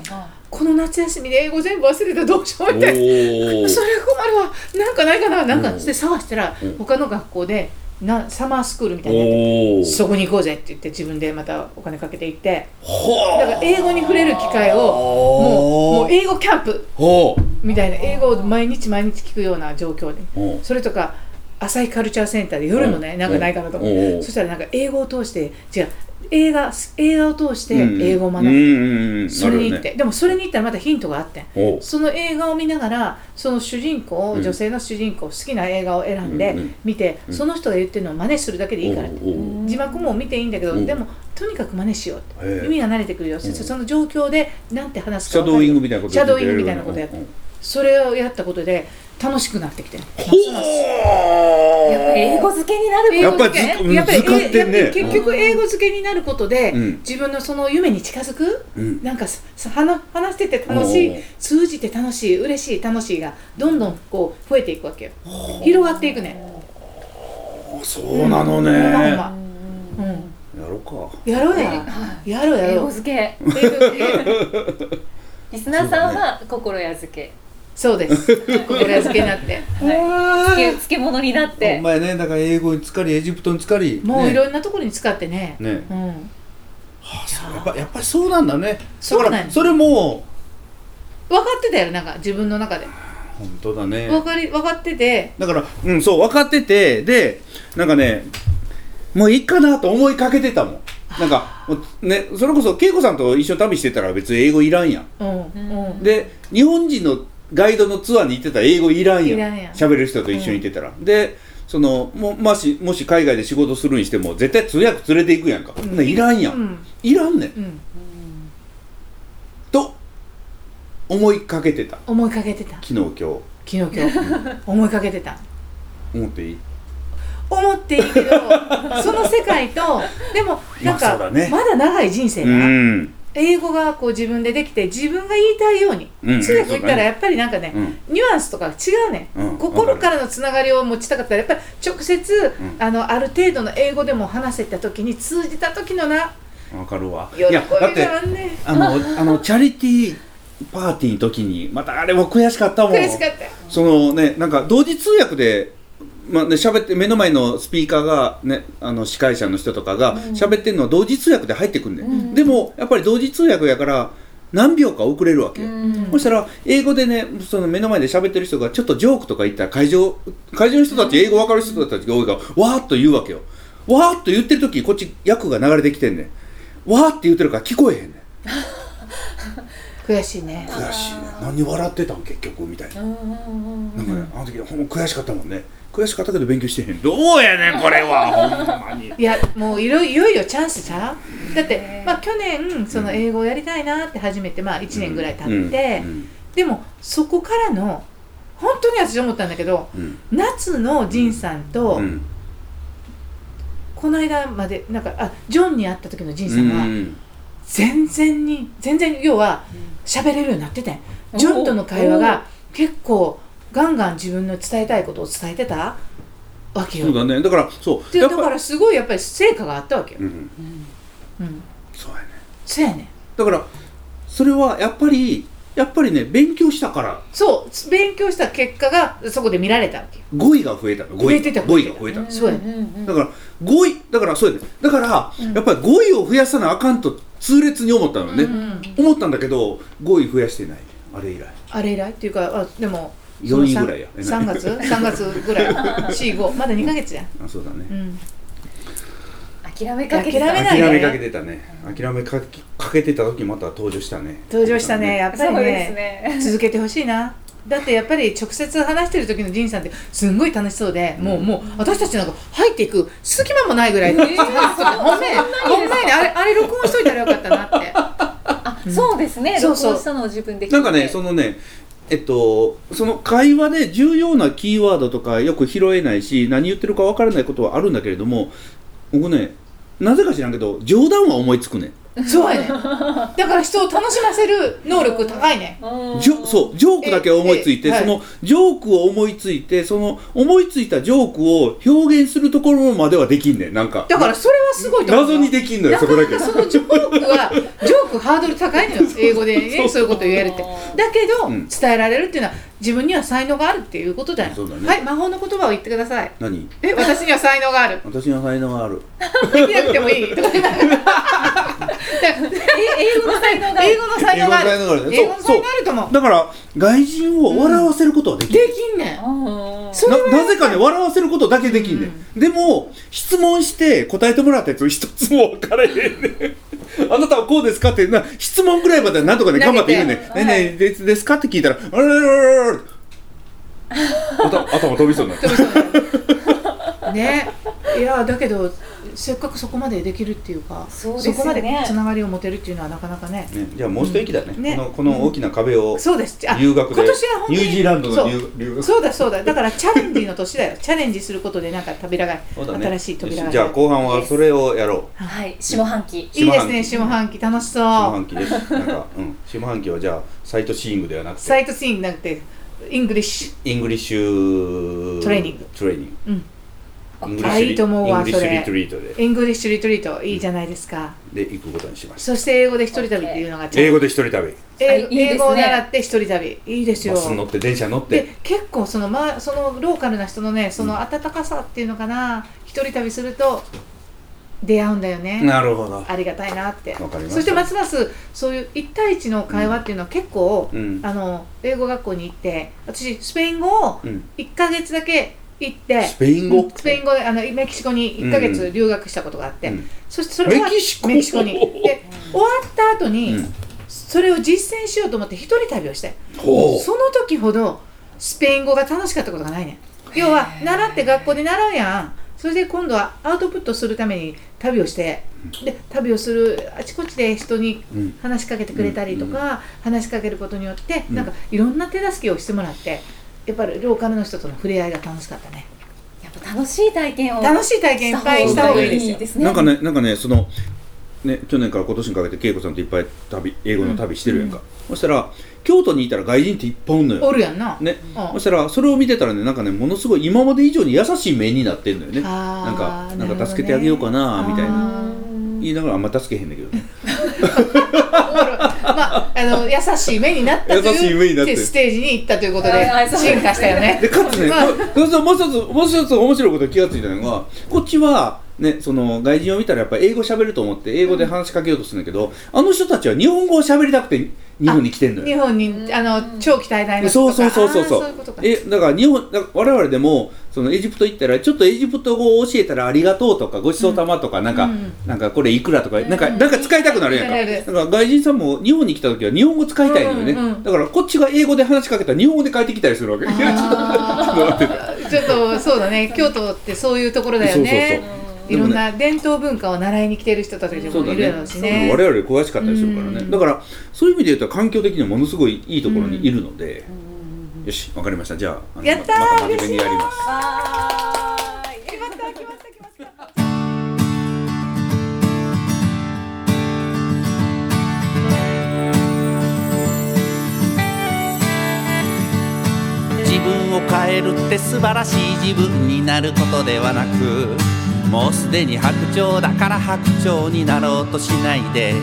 [SPEAKER 3] この夏休みで英語全部忘れたらどうしようみたいな
[SPEAKER 2] おお
[SPEAKER 3] それ困るわなんかないかななんか
[SPEAKER 2] うん
[SPEAKER 3] して探したら
[SPEAKER 2] うん
[SPEAKER 3] 他の学校でなサマースクールみたいなのやってて
[SPEAKER 2] おお
[SPEAKER 3] そこに行こうぜって言って自分でまたお金かけて行って
[SPEAKER 2] ほ
[SPEAKER 3] だから英語に触れる機会をもうもう英語キャンプ
[SPEAKER 2] ほ
[SPEAKER 3] みたいな英語を毎日毎日聞くような状況で
[SPEAKER 2] うほう
[SPEAKER 3] それとか朝日カルチャーセンターで夜のね、
[SPEAKER 2] うん
[SPEAKER 3] なんかないかなと思って、
[SPEAKER 2] うん
[SPEAKER 3] そしたらなんか英語を通してじゃあ映画映画を通して英語を学ぶ、
[SPEAKER 2] うんうんうん、
[SPEAKER 3] それに行って、
[SPEAKER 2] なる
[SPEAKER 3] でもそれに行ったらまたヒントがあってん
[SPEAKER 2] ほどねおう
[SPEAKER 3] その映画を見ながらその主人公を、
[SPEAKER 2] うん
[SPEAKER 3] 女性の主人公好きな映画を選ん
[SPEAKER 2] う
[SPEAKER 3] で
[SPEAKER 2] んうん
[SPEAKER 3] 見て、
[SPEAKER 2] うん
[SPEAKER 3] その人が言ってるのを真似するだけでいいから、
[SPEAKER 2] おうおうおう
[SPEAKER 3] 字幕も見ていいんだけど、
[SPEAKER 2] うん
[SPEAKER 3] でもとにかく真似しようと、
[SPEAKER 2] へえ
[SPEAKER 3] 耳が慣れてくるよ、そして
[SPEAKER 2] うん
[SPEAKER 3] その状況でなんて話す
[SPEAKER 2] シ
[SPEAKER 3] か
[SPEAKER 2] ャ
[SPEAKER 3] 分か
[SPEAKER 2] ドー
[SPEAKER 3] る
[SPEAKER 2] イングみたいなこと
[SPEAKER 3] シャドーイングみたいなことやって
[SPEAKER 2] ほ
[SPEAKER 3] それをやったことで楽しくなってきてる
[SPEAKER 4] やっぱり英語
[SPEAKER 2] う
[SPEAKER 4] 付けになる
[SPEAKER 2] やっぱり
[SPEAKER 3] 英語付
[SPEAKER 2] ず
[SPEAKER 3] けやっぱり
[SPEAKER 2] ずかってんね
[SPEAKER 3] やっぱり結局英語付けになることで、
[SPEAKER 2] うん
[SPEAKER 3] 自分のその夢に近づく
[SPEAKER 2] うん
[SPEAKER 3] なんかささ話話してて楽し
[SPEAKER 2] おうおう
[SPEAKER 3] い通じて楽しい嬉しい楽しいがどんどんこう増えていくわけよ広がっていくね
[SPEAKER 2] そうなのね
[SPEAKER 3] ほんまほん
[SPEAKER 2] や
[SPEAKER 3] まうん
[SPEAKER 2] ろうか
[SPEAKER 3] やろうややろうや
[SPEAKER 4] 英
[SPEAKER 3] ろ
[SPEAKER 4] 語
[SPEAKER 3] う
[SPEAKER 4] 付けリスナーさんは心や漬け
[SPEAKER 3] そうです心預けになって
[SPEAKER 4] 漬け漬物になっ
[SPEAKER 2] ほ
[SPEAKER 4] て
[SPEAKER 2] んまやねだから英語に疲れエジプトに疲れ
[SPEAKER 3] もうい
[SPEAKER 2] ね
[SPEAKER 3] ろんなところに使ってね
[SPEAKER 2] ね
[SPEAKER 3] うん
[SPEAKER 2] あそうやっぱやっぱりそうなんだね
[SPEAKER 3] そうなん
[SPEAKER 2] だ
[SPEAKER 3] や
[SPEAKER 2] からそれも
[SPEAKER 3] 分かってたよなんか自分の中で
[SPEAKER 2] 本当だね
[SPEAKER 3] 分かり分かってて
[SPEAKER 2] だからうんそう分かっててでなんかねもういいかなと思いかけてたもんなんかもうねそれこそ恵子さんと一緒に旅してたら別に英語いらんやん
[SPEAKER 3] うんうん
[SPEAKER 2] で日本人のガイドのツアーに行ってたら英語いらんや
[SPEAKER 3] いら
[SPEAKER 2] ん
[SPEAKER 3] んやん
[SPEAKER 2] 喋る人と一緒に行ってたら、でそのももしもし海外で仕事するにしても絶対通訳連れて行くやんか、
[SPEAKER 3] ん
[SPEAKER 2] ほんならいらんやん、
[SPEAKER 3] うん
[SPEAKER 2] いらんねん
[SPEAKER 3] うん
[SPEAKER 2] と思いかけてた
[SPEAKER 3] 思いかけてた
[SPEAKER 2] 昨日今日思
[SPEAKER 3] 昨日今日思いかけてた
[SPEAKER 2] っていい
[SPEAKER 3] 思っていいけ
[SPEAKER 2] (laughs)
[SPEAKER 3] どその世界とでもなん
[SPEAKER 2] まあそ
[SPEAKER 3] か
[SPEAKER 2] うだね
[SPEAKER 3] まだ長い人生
[SPEAKER 2] う
[SPEAKER 3] だな、
[SPEAKER 2] ん
[SPEAKER 3] 英語がこう自分でできて自分が言いたいように、
[SPEAKER 2] うん
[SPEAKER 3] 通訳行った
[SPEAKER 2] そうだ
[SPEAKER 3] ら
[SPEAKER 2] ね
[SPEAKER 3] やっぱりなんかね、ニュアンスとか違うね、
[SPEAKER 2] うん
[SPEAKER 3] 心からのつながりを持ちたかったらやっぱり直接、
[SPEAKER 2] ん
[SPEAKER 3] あのある程度の英語でも話せた時に通じた時のな
[SPEAKER 2] うんわかるわい
[SPEAKER 3] 喜び
[SPEAKER 2] やだって
[SPEAKER 3] があんね
[SPEAKER 2] あのあのチャリティーパーティーの時にまたあれも悔しかったもん
[SPEAKER 3] 悔しかったよ
[SPEAKER 2] そのねなんか同時通訳でまあね喋って目の前のスピーカーがねあの司会者の人とかが喋ってるのは同時通訳で入ってくんで、
[SPEAKER 4] ん
[SPEAKER 2] でもやっぱり同時通訳やから何秒か遅れるわけよ、そしたら英語でねその目の前で喋ってる人がちょっとジョークとか言ったら会場会場の人たち英語わかる人たちが多いからわーっと言うわけよわーっと言ってる時こっち訳が流れてきてんねんわーって言ってるから聞こえへんねん
[SPEAKER 3] 悔しいね
[SPEAKER 2] 悔しいね何笑ってたん結局みたいななんかね、あの時ほんま悔しかったもんね悔しかったけど勉強してへんどうやねんこれ
[SPEAKER 3] (laughs)
[SPEAKER 2] はほんまに
[SPEAKER 3] いやもういろいよいよチャンスちゃうだって、まあ、去年その英語をやりたいなって初めて、まあ、1年ぐらい経って、
[SPEAKER 2] うん
[SPEAKER 3] でもそこからの本当に私思ったんだけど
[SPEAKER 2] うん
[SPEAKER 3] 夏の仁さんと、
[SPEAKER 2] うん
[SPEAKER 3] この間までなんかあジョンに会った時の仁
[SPEAKER 2] う
[SPEAKER 3] さんは、
[SPEAKER 2] ん
[SPEAKER 3] 全然に全然要は喋れるようになってて
[SPEAKER 4] おー
[SPEAKER 3] ジョンとの会話が結構ガンガン自分の伝えたいことを伝えてたわけ
[SPEAKER 2] そう
[SPEAKER 3] よ。
[SPEAKER 2] だねだからそう
[SPEAKER 3] で
[SPEAKER 2] やっ
[SPEAKER 3] だ
[SPEAKER 2] ぱ
[SPEAKER 3] からすごいやっぱり成果があったわけよ。
[SPEAKER 2] うん
[SPEAKER 3] うん、
[SPEAKER 2] そうやね
[SPEAKER 3] そうやねん
[SPEAKER 2] だからそれはやっぱりやっぱりね勉強したから
[SPEAKER 3] そう勉強した結果がそこで見られたわけよ。
[SPEAKER 2] 語彙が増えたの語
[SPEAKER 3] 増
[SPEAKER 2] 彙
[SPEAKER 3] えてた
[SPEAKER 2] 語彙が増えたの
[SPEAKER 3] そうや
[SPEAKER 2] だから語彙だからそうやねだから、やっぱり語彙を増やさなあかんと痛烈に思ったのね、思ったんだけど語彙増やしてないあれ以来
[SPEAKER 3] あれ以来っていうかあでも
[SPEAKER 2] 4位ぐらいや
[SPEAKER 3] 3月3月
[SPEAKER 2] (laughs)
[SPEAKER 3] ぐらい45まだ2か月じゃん、
[SPEAKER 2] あそうだね、
[SPEAKER 3] うん、
[SPEAKER 4] 諦めかけてた
[SPEAKER 3] 諦めない
[SPEAKER 2] 諦
[SPEAKER 3] で
[SPEAKER 2] めかけてたね諦めかけかけてた時また登場したね
[SPEAKER 3] 登場したねやっぱ
[SPEAKER 4] そ
[SPEAKER 3] り
[SPEAKER 4] うです
[SPEAKER 3] ね
[SPEAKER 4] ね
[SPEAKER 3] 続けてほしいなだってやっぱり直接話してる時の仁さんってすんごい楽しそうで、もうもう私たちなんか入っていく隙間もないぐらい、
[SPEAKER 4] えーそう
[SPEAKER 3] ほんまや
[SPEAKER 4] そんなに
[SPEAKER 3] ほんまやねあれあれ録音しといたらよかったなって
[SPEAKER 4] あそうですね
[SPEAKER 3] そ
[SPEAKER 4] 録
[SPEAKER 3] う
[SPEAKER 4] 音
[SPEAKER 3] そう
[SPEAKER 4] したのを自分で聞いて
[SPEAKER 2] なんかねそのねえっとその会話で重要なキーワードとかよく拾えないし何言ってるかわからないことはあるんだけれども僕ねなぜか知らんけど冗談は思いつくね
[SPEAKER 3] そうやねだから人を楽しませる能力高いね
[SPEAKER 4] うん
[SPEAKER 2] ジョそうジョークだけ思いついて、
[SPEAKER 3] ええはい
[SPEAKER 2] そのジョークを思いついてその思いついたジョークを表現するところまではできんねんなんか
[SPEAKER 3] だからそれはすごいと思う
[SPEAKER 2] 謎にできんのよそこだけ
[SPEAKER 3] そのジョークはジョークハードル高いのよ英語で、
[SPEAKER 2] (laughs)
[SPEAKER 3] ね、そういうこと言えるってだけど、
[SPEAKER 2] うん
[SPEAKER 3] 伝えられるっていうのは自分には才能があるっていうことだよ
[SPEAKER 2] そうだね
[SPEAKER 3] はい魔法の言葉を言ってください
[SPEAKER 2] (laughs) 何
[SPEAKER 3] え私には才能がある
[SPEAKER 2] 私の才能がある
[SPEAKER 3] できなくてもいいとか言いながら
[SPEAKER 4] 英語の才能が
[SPEAKER 3] 英語の才能がある
[SPEAKER 2] 英語の才能があるね
[SPEAKER 3] 英語の
[SPEAKER 2] そう
[SPEAKER 3] 才能あると思う
[SPEAKER 2] だから外人を笑わせることはでき
[SPEAKER 3] で
[SPEAKER 2] る、
[SPEAKER 3] きんねん
[SPEAKER 4] あー
[SPEAKER 3] それは
[SPEAKER 2] ななぜかね笑わせることだけできんね、んでも質問して答えてもらったやつ一つも分かれへんねんあなたはこうですかってな質問ぐらいまではなんとかね
[SPEAKER 3] 投
[SPEAKER 2] 頑
[SPEAKER 3] げ
[SPEAKER 2] 張って
[SPEAKER 3] て
[SPEAKER 2] 言うねんね
[SPEAKER 4] はい
[SPEAKER 2] えねえでですかって聞いたらあれれれれれ頭頭飛びそうになる
[SPEAKER 3] 飛びそうになるねいやだけどせっかくそこまでできるっていうか
[SPEAKER 4] そうですよね
[SPEAKER 3] こまでつながりを持てるっていうのはなかなかね
[SPEAKER 2] ね、じゃあもう一息だね,、
[SPEAKER 3] ね
[SPEAKER 2] このこの大きな壁を
[SPEAKER 3] そうですあ
[SPEAKER 2] 留学で
[SPEAKER 3] 今年は本当
[SPEAKER 2] ニ
[SPEAKER 3] に
[SPEAKER 2] ュージーランド
[SPEAKER 3] そ
[SPEAKER 2] の
[SPEAKER 3] う
[SPEAKER 2] 留留学
[SPEAKER 3] そうだそうだだからチャレンジの年だよチャレンジすることでなんか扉が、
[SPEAKER 2] そうだね
[SPEAKER 3] 新しい扉が
[SPEAKER 2] よしじゃあ後半はそれをやろう
[SPEAKER 4] はい下半
[SPEAKER 3] い
[SPEAKER 4] 期
[SPEAKER 3] いですね
[SPEAKER 2] 下
[SPEAKER 3] 下半期楽し
[SPEAKER 2] 下
[SPEAKER 3] そう
[SPEAKER 2] 半期ですなんか、うん、下半期はじゃあサイトシーイングではなくて
[SPEAKER 3] サイトシーイングなんてイングリッシュ
[SPEAKER 2] イングリッシュ
[SPEAKER 3] トレーニング
[SPEAKER 2] トレーニング
[SPEAKER 3] うん
[SPEAKER 2] イングリッ
[SPEAKER 3] あ
[SPEAKER 2] シュリ
[SPEAKER 3] いいと思うわ
[SPEAKER 2] イングリッシ
[SPEAKER 3] そ
[SPEAKER 2] ュ
[SPEAKER 3] れ
[SPEAKER 2] リトリートで
[SPEAKER 3] イングリッシュリトリートいいじゃないですか、
[SPEAKER 2] で行くことにしました
[SPEAKER 3] そして英語で一人旅っていうのが
[SPEAKER 2] 英語で一人旅
[SPEAKER 3] 英
[SPEAKER 4] はいいいですね
[SPEAKER 3] 英語を習って一人旅いいですよ
[SPEAKER 2] バス乗って電車乗っ
[SPEAKER 3] で
[SPEAKER 2] て
[SPEAKER 3] 結構その,、ま、そのローカルな人のねその温かさっていうのかな、一人旅すると出会うんだよね、
[SPEAKER 2] なるほど
[SPEAKER 3] ありがたいなって
[SPEAKER 2] わかりました
[SPEAKER 3] そしてますますそういう一対一の会話っていうのは結構、
[SPEAKER 2] うん
[SPEAKER 3] あの英語学校に行って私スペイン語を
[SPEAKER 2] うん
[SPEAKER 3] 1ヶ月だけ行って
[SPEAKER 2] スペイン語
[SPEAKER 3] スペイン語であのメキシコに1ヶ
[SPEAKER 2] う
[SPEAKER 3] 月
[SPEAKER 2] ん
[SPEAKER 3] 留学したことがあって、
[SPEAKER 2] うん
[SPEAKER 3] そしてそれ終わっ
[SPEAKER 2] メキシコ
[SPEAKER 3] メキシコにで終わった後に、
[SPEAKER 2] うん
[SPEAKER 3] それを実践しようと思って一人旅をして
[SPEAKER 2] ほ
[SPEAKER 3] その時ほどスペイン語が楽しかったことがないねん要は習って学校で習うやんそれで今度はアウトプットするために旅をしてで旅をするあちこちで人に
[SPEAKER 2] う、うん、
[SPEAKER 3] 話しかけてくれたりとか、話しかけることによって、
[SPEAKER 2] うん
[SPEAKER 3] なんかいろんな手助けをしてもらってやっぱりローカルの人との触れ合いが楽しかったね
[SPEAKER 4] やっぱ楽しい体験を
[SPEAKER 3] 楽しい体験いっぱいした方がいいですよ
[SPEAKER 4] です
[SPEAKER 2] なんかねなんかねそのね去年から今年にかけて恵子さんといっぱい旅英語の旅してるやんか、そしたら京都にいたら外人っていっぱいおんのよ
[SPEAKER 3] おるやんな、
[SPEAKER 2] ね
[SPEAKER 3] うん
[SPEAKER 2] そしたらそれを見てたらねなんかねものすごい今まで以上に優しい目になってんのよねな
[SPEAKER 3] なん
[SPEAKER 2] かなんか助けてあげようかなみたいな
[SPEAKER 4] う
[SPEAKER 2] 言
[SPEAKER 4] ん
[SPEAKER 2] いながらあんま助けへんだけどね
[SPEAKER 3] (laughs) まあ、あの優しい目になった
[SPEAKER 2] (laughs)
[SPEAKER 3] と
[SPEAKER 2] 優しい目になって
[SPEAKER 3] いうステージに行ったということで
[SPEAKER 4] ああそう
[SPEAKER 3] 進化したよね
[SPEAKER 2] (laughs) でかつね、
[SPEAKER 3] まあ
[SPEAKER 2] こそうそうもう一つもう一つ面白いことに気がついたのがこっちはねその外人を見たらやっぱ英語喋ると思って英語で話しかけようとするんだけど、あの人たちは日本語を喋りたくて日本に来てんの
[SPEAKER 3] 日
[SPEAKER 2] よ。
[SPEAKER 3] 本にあの長期滞在の
[SPEAKER 2] そ
[SPEAKER 3] 人
[SPEAKER 2] う
[SPEAKER 3] と
[SPEAKER 2] そう
[SPEAKER 3] か
[SPEAKER 2] そうそう
[SPEAKER 3] あー
[SPEAKER 2] そ
[SPEAKER 3] いうこと
[SPEAKER 2] う
[SPEAKER 3] か
[SPEAKER 2] えだから日本だから我々でもそのエジプト行ったらちょっとエジプト語を教えたらありがとうとかごちそうさまとかなんか、
[SPEAKER 3] うん
[SPEAKER 2] なんかこれいくらとか、
[SPEAKER 4] ん
[SPEAKER 2] なんかなんか使いたくなるやんか
[SPEAKER 3] 使いたくな
[SPEAKER 2] (laughs) だから外人さんも日本に来た時は日本語使いたいのよね、
[SPEAKER 3] うんうん
[SPEAKER 2] だからこっちが英語で話しかけたら日本語で帰ってきたりするわけ
[SPEAKER 3] あーちょっとそうだね京都ってそういうところだよね
[SPEAKER 2] そうそう
[SPEAKER 3] いろんな伝統文化を習いに来てる人たち
[SPEAKER 2] そ
[SPEAKER 3] も
[SPEAKER 2] うだ
[SPEAKER 3] いる
[SPEAKER 2] ね
[SPEAKER 3] やろうし
[SPEAKER 2] そう
[SPEAKER 3] ね
[SPEAKER 2] 我々より詳しかったりするからね、
[SPEAKER 3] うん
[SPEAKER 2] だからそういう意味で言うと環境的にはものすごいいいところにいるので、よしわかりましたじゃああの
[SPEAKER 3] やったー
[SPEAKER 2] また真面目にやります
[SPEAKER 4] わーい
[SPEAKER 5] 自分を変えるって素晴らしい自分になることではなくもうすでに白鳥だから白鳥になろうとしないで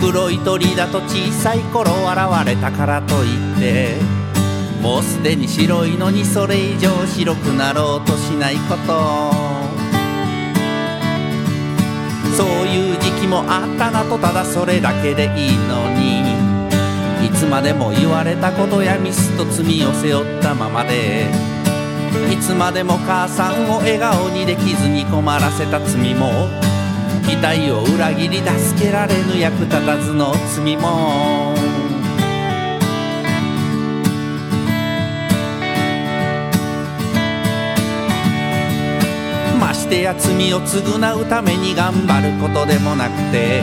[SPEAKER 5] 黒い鳥だと小さい頃現れたからといってもうすでに白いのにそれ以上白くなろうとしないことそういう時期もあったなとただそれだけでいいのにいつまでも言われたことやミスと罪を背負ったままでいつまでも母さんを笑顔にできずに困らせた罪も期待を裏切り助けられぬ役立たずの罪もましてや罪を償うために頑張ることでもなくて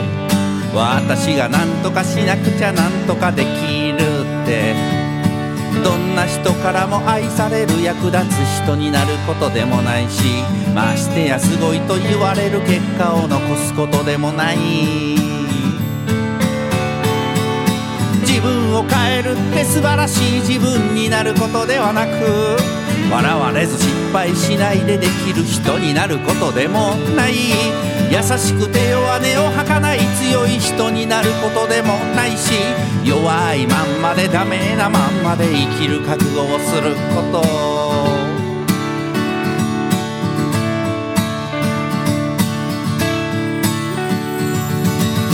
[SPEAKER 5] 私が何とかしなくちゃ何とかできるってどんな人からも愛される役立つ人になることでもないしましてやすごいと言われる結果を残すことでもない自分を変えるって素晴らしい自分になることではなく笑われず失敗しないでできる人になることでもない優しくて弱音を吐かない強い人になることでもないし弱いまんまでダメなまんまで生きる覚悟をすること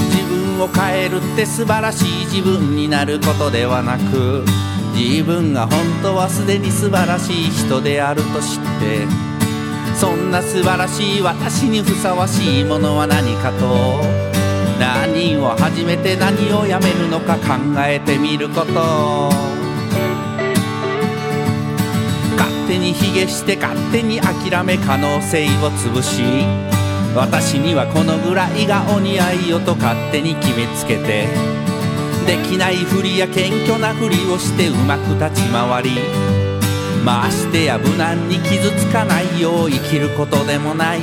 [SPEAKER 5] 自
[SPEAKER 2] 変えるって素晴らしい自分になることではなく自分が本当はすでに素晴らしい人であると知ってそんな素晴らしい私にふさわしいものは何かと何を始めて何をやめるのか考えてみること勝手に卑下して勝手に諦め可能性を潰し私にはこのぐらいがお似合いよと勝手に決めつけてできないふりや謙虚なふりをしてうまく立ち回りましてや無難に傷つかないよう生きることでもない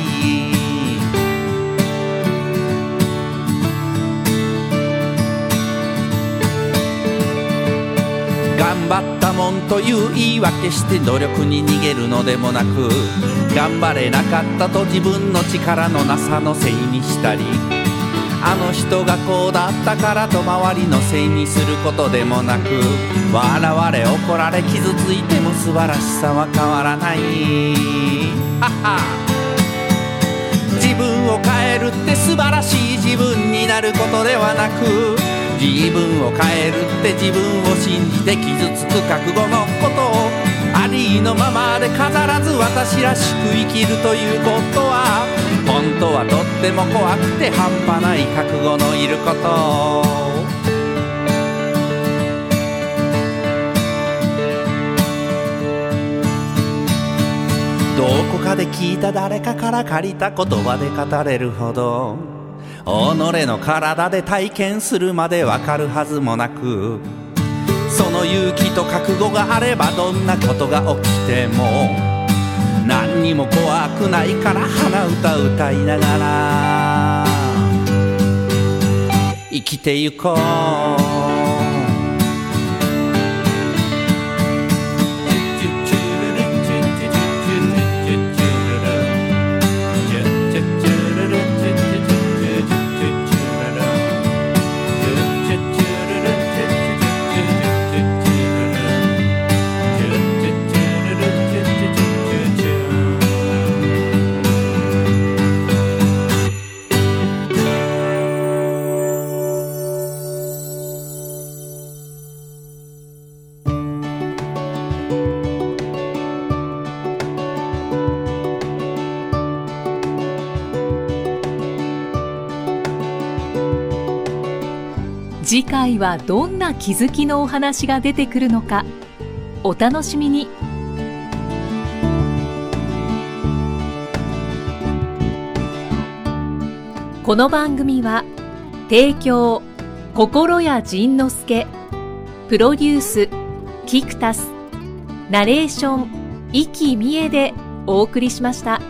[SPEAKER 2] 頑張ったもんという言い訳して努力に逃げるのでもなく頑張れなかったと自分の力のなさのせいにしたりあの人がこうだったからと周りのせいにすることでもなく笑われ怒られ傷ついても素晴らしさは変わらない (laughs) はっは自分を変えるって素晴らしい自分になることではなく自分を変えるって自分を信じて傷つく覚悟のことをありのままで飾らず私らしく生きるということは本当はとっても怖くて半端ない覚悟のいることどこかで聞いた誰かから借りた言葉で語れるほど己の体で体験するまでわかるはずもなくその勇気と覚悟があればどんなことが起きても何にも怖くないから鼻歌歌いながら生きてゆこう
[SPEAKER 1] 次回はどんな気づきのお話が出てくるのかお楽しみにこの番組は提供心谷仁之助プロデュースキクタスナレーション生きみえでお送りしました。